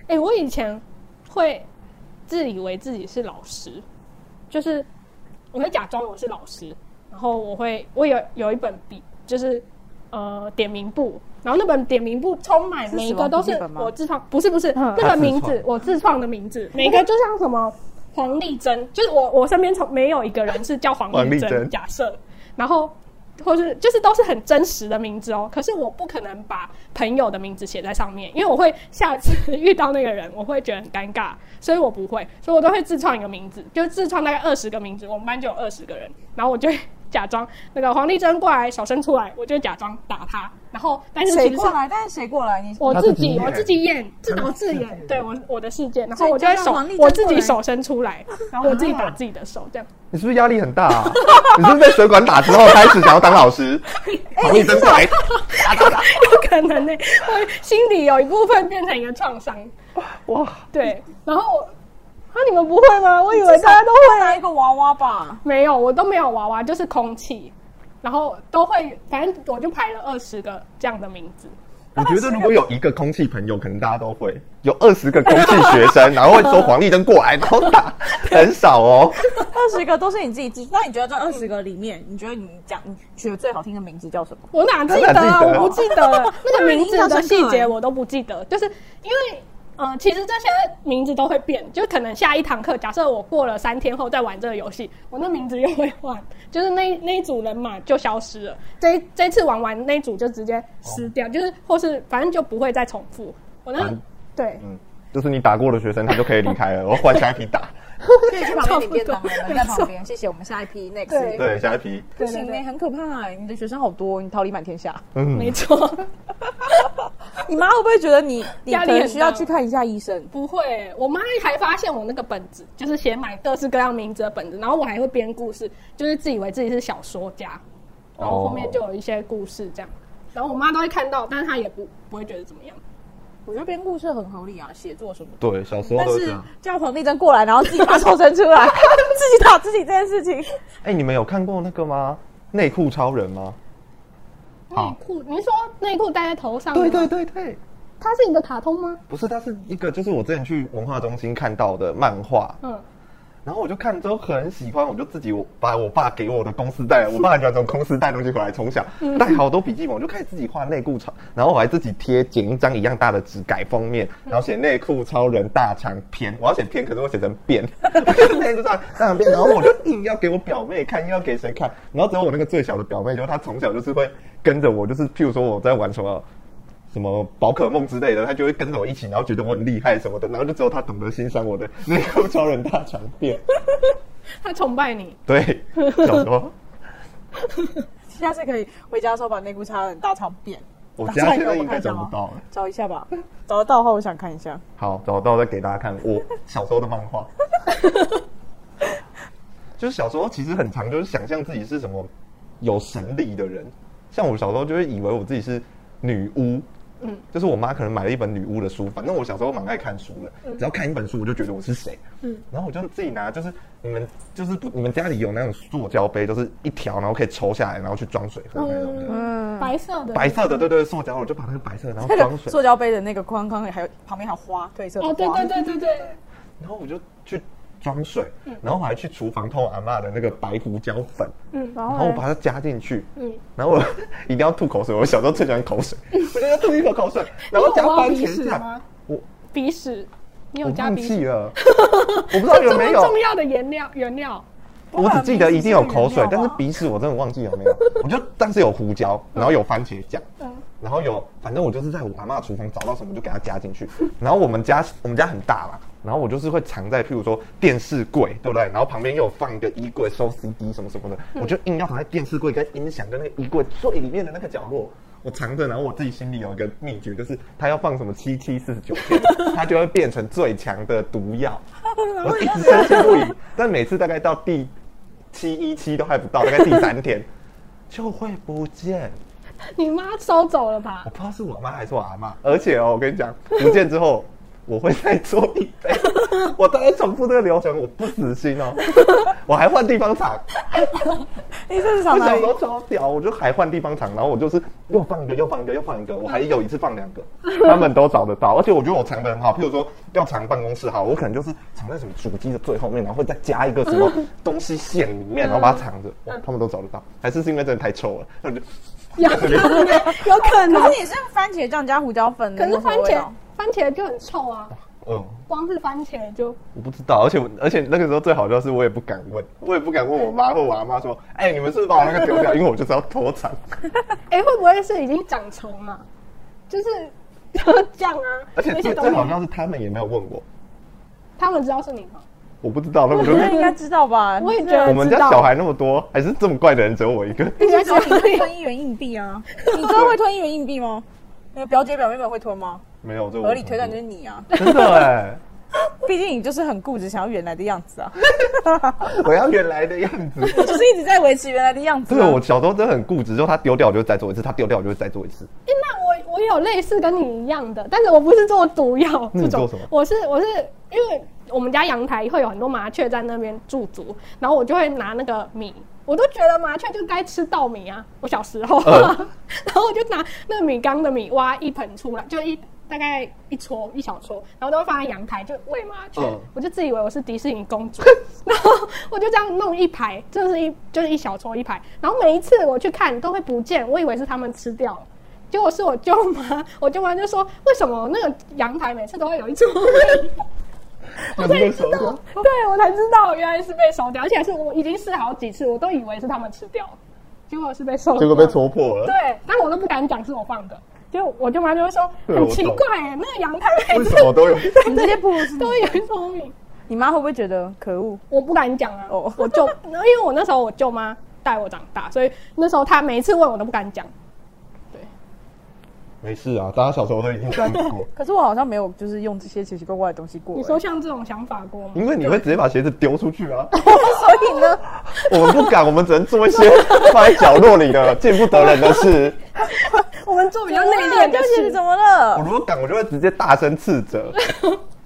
S2: 哎、我以前会自以为自己是老师，就是我会假装我是老师，然后我会我有有一本笔，就是呃点名簿，然后那本点名簿充满
S3: 是
S2: 每一
S3: 死
S2: 个
S3: 亡
S2: 都
S3: 笔记
S2: 是
S3: 本吗
S2: 我自创，不是不是、
S3: 嗯
S1: 他
S2: 那个
S1: 自
S2: 名
S1: 创
S2: 字我自创的名字，每一个就像什么黄丽珍，就是我我身边从没有一个人是叫黄
S1: 黄丽
S2: 丽
S1: 珍
S2: 珍，假设，然后或是就是都是很真实的名字哦。可是我不可能把朋友的名字写在上面，因为我会下次遇到那个人，我会觉得很尴尬，所以我不会，所以我都会自创一个名字，就自创大概二十个名字，我们班就有二十个人，然后我就会假装那个黄丽珍过来，小生出来，我就假装打他，然后但是其
S3: 谁
S2: 实是
S3: 过来？但是谁过来？你
S2: 我
S1: 他
S2: 自
S1: 自己
S2: 己
S1: 演
S2: 我自己演自导自演，对我我的事件，然后我就
S3: 所以
S2: 会
S3: 就让
S2: 手
S3: 王力
S2: 我
S3: 争
S2: 自己
S3: 过来
S2: 手伸出来，然后我自己打自己的手，这样
S1: 你是不是压力很大、啊？你是不是被水管打之后开始想要当老师？把你真过来，打打打！
S2: 有可能呢、我心里有一部分变成一个创伤，
S1: 哇，
S2: 对，然后我啊你们不会吗？我以为大家都
S3: 会来一个娃娃吧？
S2: 没有，我都没有娃娃，就是空气，然后都会，反正我就排了二十个这样的名字。
S1: 我觉得如果有一个空气朋友，可能大家都会有二十个空气学生，然后会说黄丽珍过来，然后 打，很少哦。
S3: 二十个都是你自己记， 那你觉得这二十个里面，你觉得你讲你觉得最好听的名字叫什么？
S2: 我哪记
S1: 真
S2: 得
S1: 的
S2: 啊？
S1: 记得
S2: 我不记得了那个名字的细
S3: 印象深刻
S2: 节
S3: 哎
S2: 我都不记得，就是因为呃，其实这些名字都会变，就可能下一堂课，假设我过了三天后再玩这个游戏，我那名字又会换， 就是那那一组人马就消失了。这一这一次玩完那一组就直接撕掉，就是或是反正就不会再重复。我那、
S1: 嗯
S2: 对，
S1: 嗯，就是你打过的学生，他就可以离开了，我换 下一批打。
S3: 可以去旁边领便当，我们在旁边。谢谢，我们下一批 next。
S2: 对
S1: 对，下一批。
S3: 不行呢，很可怕哎！你的学生好多，你桃李满天下。
S1: 嗯
S2: 没，错。
S3: 你妈会不会觉得你你
S2: 压
S3: 可
S2: 力很大
S3: 能需要去看一下医生？
S2: 不会，我妈还发现我那个本子，就是写满各式各样名字的本子，然后我还会编故事，就是自以为自己是小说家，
S1: 哦
S2: 然后后面就有一些故事这样，然后我妈都会看到，但是她也不不会觉得怎么样。
S3: 我觉得编故事很合理啊，写作什么的。
S1: 对，小时候
S3: 但
S1: 都是这
S3: 是
S1: 样。
S3: 叫黄丽珍过来，然后自己把手伸出来， 自己打自己这件事情，
S1: 哎、你们有看过那个吗？内裤超人吗？
S2: 内裤，您说内裤戴在头上？
S1: 对对，对对，
S2: 它是一个卡通吗？
S1: 不是，它是一个，就是我之前去文化中心看到的漫画，
S2: 嗯，
S1: 然后我就看之后很喜欢，我就自己我把我爸给我的公司带，我爸很喜欢从公司带东西回来，从小带好多笔记本，我就开始自己画内裤超，然后我还自己贴剪一张一样大的纸改封面，然后写内裤超人大长篇，我要写篇，可是我写成变，我就内裤超人大长篇，然后我就硬要给我表妹看，硬要给谁看，然后只有我那个最小的表妹，就是她从小就是会跟着我，就是譬如说我在玩什么。什么宝可梦之类的，他就会跟着我一起，然后觉得我很厉害什么的，然后就只有他懂得欣赏我的内裤超人大长变。
S2: 她崇拜你。
S1: 对，小时候
S3: 下次可以回家的时候把内裤擦很大长遍。
S1: 我
S3: 打
S1: 家
S3: 算
S1: 现在
S3: 给我
S1: 应该
S3: 看一下
S1: 找不
S3: 吗？
S1: 到欸了。
S3: 找一下吧，找得到的话我想看一下。
S1: 好，找到再给大家看我小时候的漫画。就是小时候其实很常就是想象自己是什么有神力的人，像我小时候就会以为我自己是女巫。嗯，就是我妈可能买了一本女巫的书，反正我小时候蛮爱看书的，只要看一本书我就觉得我是谁。嗯，然后我就自己拿，就是你们就是不你们家里有那种塑胶杯，就是一条，然后可以抽下来，然后去装水喝那种的，
S2: 嗯，白色的。
S1: 白色的，对对，塑胶，我就把那个白色的，然后
S3: 那
S1: 装
S3: 个
S1: 水，
S3: 塑胶杯的那个框框里还有旁边还有花，褪色的花。
S2: 哦，对对对对对，
S1: 然后我就去装水，然后我还去厨房偷阿嬷的那个白胡椒粉，
S2: 嗯，
S3: 然
S1: 然
S3: 后
S1: 后我
S3: 嘞
S1: 把它加进去，
S2: 嗯
S1: 然后我一定要吐口水，我小时候最喜欢口水， 我就要吐一口口水，然后加番
S2: 你有挖鼻屎
S1: 茄酱
S2: 吗，
S1: 我
S2: 鼻屎， 你
S1: 我
S2: 有加
S1: 忘
S2: 鼻
S1: 记
S2: 屎？
S1: 了，我不知道有
S2: 这
S1: 没
S2: 么
S1: 有，
S2: 重要的原料原料，
S1: 我只记得一定有口水，
S3: 不然鼻
S1: 但是
S3: 子是原料吗
S1: 鼻屎我真的忘记有没 有。我就但是有胡椒，然后有番茄酱，
S3: 嗯
S1: 然后有反正我就是在我阿妈厨房找到什么就给它加进去。然后我们家我们家很大啦，然后我就是会藏在譬如说电视柜，对不对？然后旁边又有放一个衣柜收 CD 什么什么的，
S3: 嗯
S1: 我就硬要藏在电视柜跟音响跟那个衣柜最里面的那个角落。我藏着，然后我自己心里有一个秘诀，就是它要放什么七七四十九天，它就会变成最强的毒 药。我一直深信不疑，但每次大概到第七一七都还不到，大概第三天 就会不见。
S2: 你妈收走了吧
S1: 我？不知道是我妈还是我阿妈。而且哦，我跟你讲，不见之后我会再做一 杯，我大概重复这个流程，我不死心 哦，我还换地方藏。
S3: 你这是
S1: 我
S3: 想哪
S1: 小
S3: 里
S1: 时？候超屌，我就还换地方藏，然后我就是又放一个，又放一个，又放一个，我还有一次放两 个，他们都找得到。而且我觉得我藏得很好，譬如说要藏办公室好，我可能就是藏在什么主机的最后面，然后会再加一个什 么东西线里面，然后把它藏着，哇，
S3: 嗯
S1: 他们都找得到。还是是因为真的太臭了，他们就
S2: 有可能，有可能
S3: 可。是也是番茄酱加胡椒粉的
S2: 可
S3: 那
S2: 是
S3: 种
S2: 番
S3: 味哦
S2: 茄
S3: 道，
S2: 番茄就很臭啊，
S1: 嗯。
S2: 光是番茄就
S1: 我不知道，而且我而且那个时候最好笑是我也不敢问，我也不敢问我妈或我阿妈说，哎、你们是不是把我那个丢掉？因为我就是要偷藏。
S2: 哎、会不会是已经长虫了？就是 这样啊，
S1: 而且
S2: 那
S1: 最
S2: 些东
S1: 最好
S2: 西，
S1: 笑是他们也没有问我，
S2: 他们知道是你吗？
S1: 我不知道，他们就
S3: 你们应该知道吧？
S2: 我也觉得
S1: 我们家小孩那么多，还是这么怪的人只有我一 个。
S3: 你知道会吞一元硬币 啊？你知道会吞一元硬币吗？那个表姐表妹们会吞吗？
S1: 没有，这我
S3: 合理推断就是你啊，
S1: 真的哎，
S3: 毕竟你就是很固执，想要原来的样 子啊，
S1: 我要原来的样 子。
S3: 就是一直在维持原来的样子、啊。
S1: 对，我小时候真的很固执，就他丢掉我就再做一次，他丢掉我就再做一次。
S2: 哎、那我我有类似跟你一样的，但是我不是做毒药
S1: 那
S2: 这
S1: 你
S2: 种
S1: 做什么，
S2: 我是我是因为我们家阳台会有很多麻雀在那边驻足，然后我就会拿那个米，我都觉得麻雀就该吃稻米啊，我小时候，
S1: 嗯
S2: 然后我就拿那个米缸的米挖一盆出来，就一。大概一撮一小撮，然后都会放在阳台，就喂麻雀。
S1: 嗯
S2: 我就自以为我是迪士尼公主， 然后我就这样弄一排，真的是一就是一小撮一排。然后每一次我去看都会不见，我以为是他们吃掉了。结果是我舅妈，我舅妈就说：“为什么那个阳台每次都会有一撮米？” 我才知道，对我才知道原来是被收掉，而且是我已经试好几次，我都以为是他们吃掉了，结果是被收掉。
S1: 结果被戳破了。
S2: 对，但我都不敢讲是我放的。就我舅妈就会说
S1: 对
S2: 很
S1: 我
S2: 奇
S1: 懂
S2: 怪耶，那个阳台每
S1: 为
S2: 次
S1: 什 么都有？
S3: 你直接 不如是你
S2: 都有一撮米。
S3: 你妈会不会觉得可恶？
S2: 我不敢讲啊，
S3: 哦
S2: 我舅，因为我那时候我舅妈带我长大，所以那时候她每一次问我都不敢讲。
S1: 没事啊，大家小时候都已经经历 过。
S3: 可是我好像没有就是用这些奇奇怪怪的东西过、
S2: 你说像这种想法过吗？
S1: 因为你会直接把鞋子丢出 去啊！
S3: 欸，所以呢？
S1: 我们不敢，我们只能做一 些放在角落里的见不得人的事。
S2: 我们做比较内敛
S3: 对
S2: 的
S3: 不起，
S2: 事，
S3: 怎么了
S1: 我？如果敢，我就会直接大声斥责，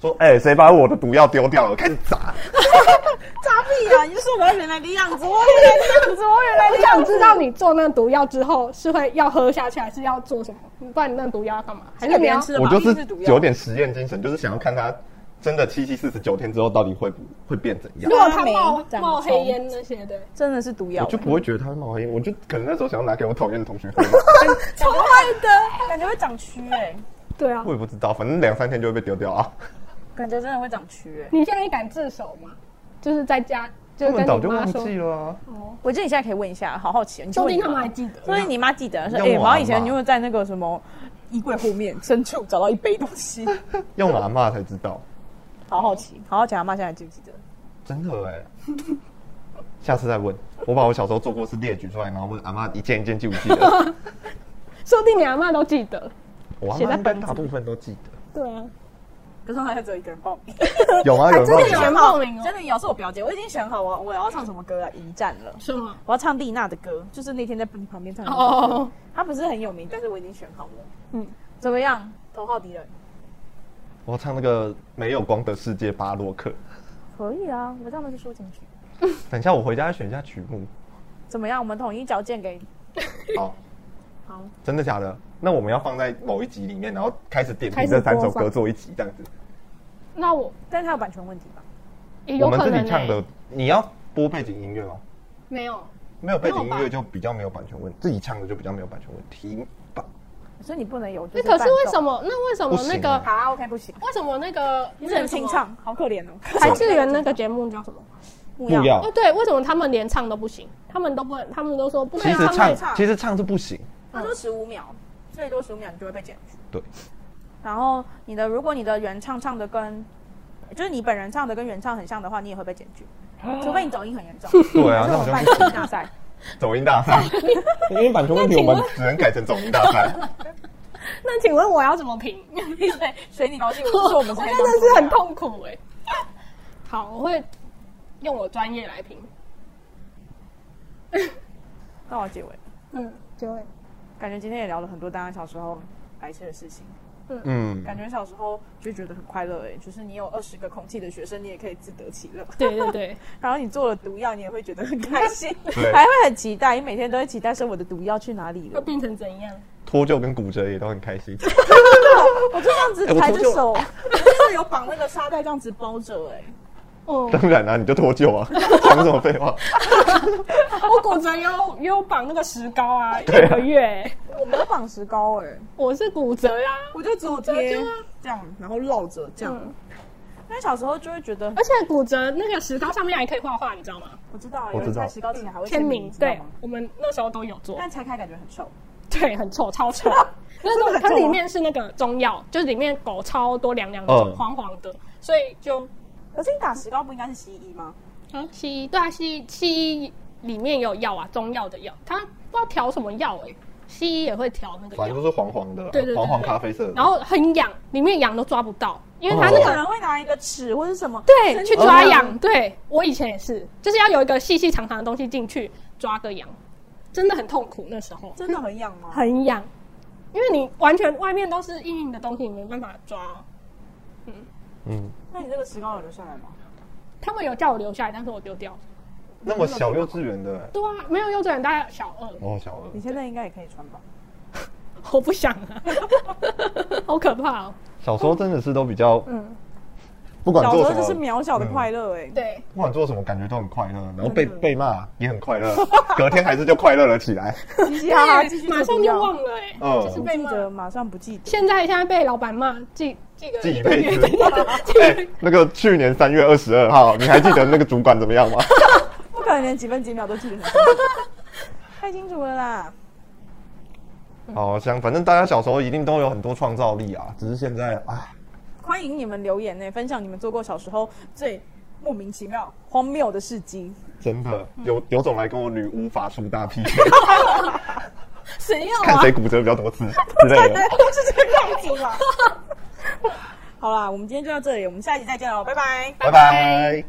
S1: 说：“哎、谁把我的毒药丢掉了？开始砸
S3: 炸屁啊！你就说我要原来的样子，我要原来的样子，我要原来
S2: 我
S3: 的
S2: 想
S3: 样
S2: 知
S3: 子。
S2: 道你做那毒药之后是会要喝下去，还是要做什么？不然你那毒药要干嘛？还是你要
S3: 是给别人吃！”的
S1: 我
S3: 吧
S1: 就是
S3: 毒
S1: 有
S3: 药。
S1: 点实验精神，就是想要看他真的七七四十九天之后到底会不会变怎样
S2: 如。果它冒
S3: 发霉
S2: 冒黑
S3: 长
S2: 烟那些的，
S3: 真的是啊毒药
S1: 我，就不会觉得他会冒黑烟，我就可能那时候想要拿给我讨厌的同学喝 吧，
S3: 超坏的，感觉会长蛆哎、
S2: 对啊
S1: 我，也不知道，反正两三天就会被丢掉啊。
S3: 感觉真的会长蛆哎、
S2: 你现在敢自首吗？就是在家，
S1: 他
S2: 就是跟
S1: 们早
S2: 你
S1: 就
S2: 妈
S1: 忘
S2: 说，
S1: 记了啊，
S3: 我觉得你现在可以问一下，好好奇哦，你去
S2: 说不
S3: 问
S2: 定
S3: 你
S2: 他们还
S3: 妈，
S2: 记得。
S3: 所以你妈记得说，
S1: 要
S3: 哎、
S1: 问我
S3: 妈
S1: 阿
S3: 以前
S1: 嬷
S3: 你有没有在那个什么衣柜后面深处找到一杯东 西？
S1: 用我阿妈才知道，
S3: 好好奇，好好奇，阿妈现在记不记得？
S1: 真的哎。下次再问，我把我小时候做过的事列举出来，然后问阿妈一件一件记不记 得。
S2: 说不定你阿妈都记得。
S1: 我阿
S3: 写
S1: 妈
S3: 在
S1: 应该
S3: 本子
S1: 大部分都记得。
S2: 对啊，
S3: 可是好像只有一个人报名，
S1: 有啊，有人
S3: 真
S1: 帮
S3: 的
S1: 我
S3: 有
S1: 写
S3: 人
S2: 人
S3: 报
S2: 报
S3: 名
S2: 名
S3: 哦，
S2: 哦
S3: 真的有，是我表姐，我已经选好我我要唱什么歌了，一战了，
S2: 是吗？
S3: 我要唱丽娜的歌，就是那天在你旁边唱的那首歌。
S2: 哦，
S3: 他不是很有名，但是我已经选好了。
S2: 嗯，
S3: 怎么样？头号敌人？
S1: 我要唱那个没有光的世界巴洛克。
S3: 可以啊，我这样就说进去。
S1: 等一下，我回家选一下曲 目。
S3: 怎么样？我们统一条件给你。
S1: 好，
S3: 好，
S1: 真的假的？那我们要放在某一集里面，然后开始点
S2: 开
S1: 评
S2: 始
S1: 这三首
S2: 播放
S1: 歌做一集这样子。
S2: 那我
S3: 但是它有版权问题吧？
S2: 也
S1: 我
S2: 有
S1: 们
S2: 可
S1: 自
S2: 能
S1: 己唱
S2: 欸
S1: 的，你要播背景音乐吗？
S2: 没有。
S1: 没有背景音
S2: 没有
S1: 乐
S2: 吧
S1: 就比较没有版权问题，自己唱的就比较没有版权问题吧。
S3: 所以你不能有。
S2: 那可是为什
S3: 么？
S2: 么？那为什
S1: 不
S2: 么
S1: 行
S2: 那个
S1: 啊
S3: 好，OK，不行，
S2: 为什么那个
S3: 你只能清？唱，好可怜哦。
S2: 台志源那个节目叫什么？
S3: 木
S1: 不要
S2: 哦，，对，为什么他们连唱都不行？他们都不能，他们都说不
S1: 其
S2: 能
S1: 实
S2: 唱。
S3: 唱
S1: 唱其实唱是不行。
S3: 他说十五秒，最多十五秒你就会被剪去。
S1: 对，
S3: 然后你的，如果你的原唱唱的跟，就是你本人唱的跟原唱很像的话，你也会被剪去， 除非你走音很严重。
S1: 对 啊，那
S3: 我
S1: 好
S3: 们
S1: 像
S3: 办
S1: 不行。
S3: 音大赛，
S1: 走音大赛，因为版权问题，我们只能改成走音大赛。
S2: 那请问我要怎么评？
S3: 对，随你高兴。我是说我 们
S2: 我
S3: 真
S2: 真的是很。痛苦哎、好，我会用我专业来评。
S3: 到了结尾，
S2: 嗯，就会。
S3: 感觉今天也聊了很多大家小时候白痴的事情。
S1: 嗯，
S3: 感觉小时候就觉得很快乐哎、就是你有二十个空气的学生，你也可以自得其乐。
S2: 对对对，
S3: 然后你做了毒药，你也会觉得很开心，
S1: 对 哎
S3: 还会很期待，你每天都会期待说我的毒药去哪 里
S2: 会
S3: 了。
S2: 变成怎样？
S1: 脱臼跟骨折也都很开心。
S3: 我就这样子
S1: 哎我
S3: 抬着
S1: 脱臼
S3: 手，我就是有绑那个沙袋这样子包着哎、
S2: 哦，
S1: 当然啦、你就脱臼 啊，讲什么废话？
S2: 我骨折也有也有绑那个石膏 啊，一个月欸、
S3: 我没有绑石膏哎、
S2: 我是骨折呀、
S3: 我就只有贴这样，然后绕着这样。因为小时候就会觉得，
S1: 哎
S2: 而且骨折那个石膏上面还可以画画，你知道吗？
S3: 我知道，
S1: 我
S3: 有人
S1: 知道
S3: 在石膏前还会
S2: 签名，
S3: 知道
S2: 对
S3: 吗，
S2: 我们那时候都有做。
S3: 但拆开感觉很臭。
S2: 对，很臭，超臭。那
S3: 真的
S2: 种
S3: 很臭
S2: 它
S3: 吗
S2: 里面是那个中药，就是里面狗超多凉凉的
S1: 嗯，
S2: 黄黄的，所以就
S3: 可是你打石膏不应该是西医吗？
S2: 啊，西医对啊，西医西医里面有药啊，中药的药，他不知道调什么药哎、西医也会调那个
S1: 反
S2: 药
S1: 正，都是黄黄的，
S2: 对对对
S1: 黄黄咖啡色的。
S2: 然后很痒，里面痒都抓不到，因为他
S1: 哦
S2: 那
S3: 有
S2: 个
S3: 人会拿一个尺或者什么，
S2: 对，去抓
S1: 哦
S2: 痒。对我以前也是，就是要有一个细细长长的东西进去抓个痒，真的很痛苦。那时候
S3: 真的很痒吗？
S2: 很痒，因为你完全外面都是硬硬的东西，你没办法抓。
S1: 嗯，
S3: 那你这个石膏有留下来吗？
S2: 他们有叫我留下来，但是我丢掉了。
S1: 那么小幼稚园的、
S2: 对啊，没有幼稚园，大概小二，
S1: 哦，小二
S3: 你现在应该也可以穿吧？
S2: 我不想 啊，好可怕哦。
S1: 小时候真的是都比较，
S2: 嗯，
S1: 不管
S3: 小时
S1: 做
S3: 候
S1: 什
S3: 就
S1: 么，嗯
S3: 是嗯渺小的快 乐哎，
S2: 对，
S1: 不管做什么，感觉都很快乐，然后被被骂也很快 乐，隔天还是就快乐了起来。
S3: 嘻嘻哈哈， 继续
S2: 马上就忘
S3: 了，
S2: 了哎、
S1: 嗯
S2: 就是
S3: 不
S2: 被
S3: 记
S2: 骂。
S3: 得马上不记得。
S2: 现在现在被老板骂，记记个
S1: 记一辈子
S2: 记一辈子
S1: 哎那个去年三月二十二号，你还记得那个主管怎么 样吗？
S3: 不可能连几分几秒都记得很清 楚，太清楚了啦。
S1: 好像反正大家小时候一定都有很多创造力啊，只是现在唉，
S3: 欢迎你们留言呢、分享你们做过小时候最莫名其妙、荒谬的事迹。
S1: 真的
S3: 嗯
S1: 有有种来跟我女巫法术大批评，
S2: 谁 要
S1: 看
S2: 啊？
S1: 谁骨折比较多次之 类的。
S3: 是这个样子 哦吧？好啦，我们今天就到这里，我们下一集再见喽，拜拜。
S1: 拜拜。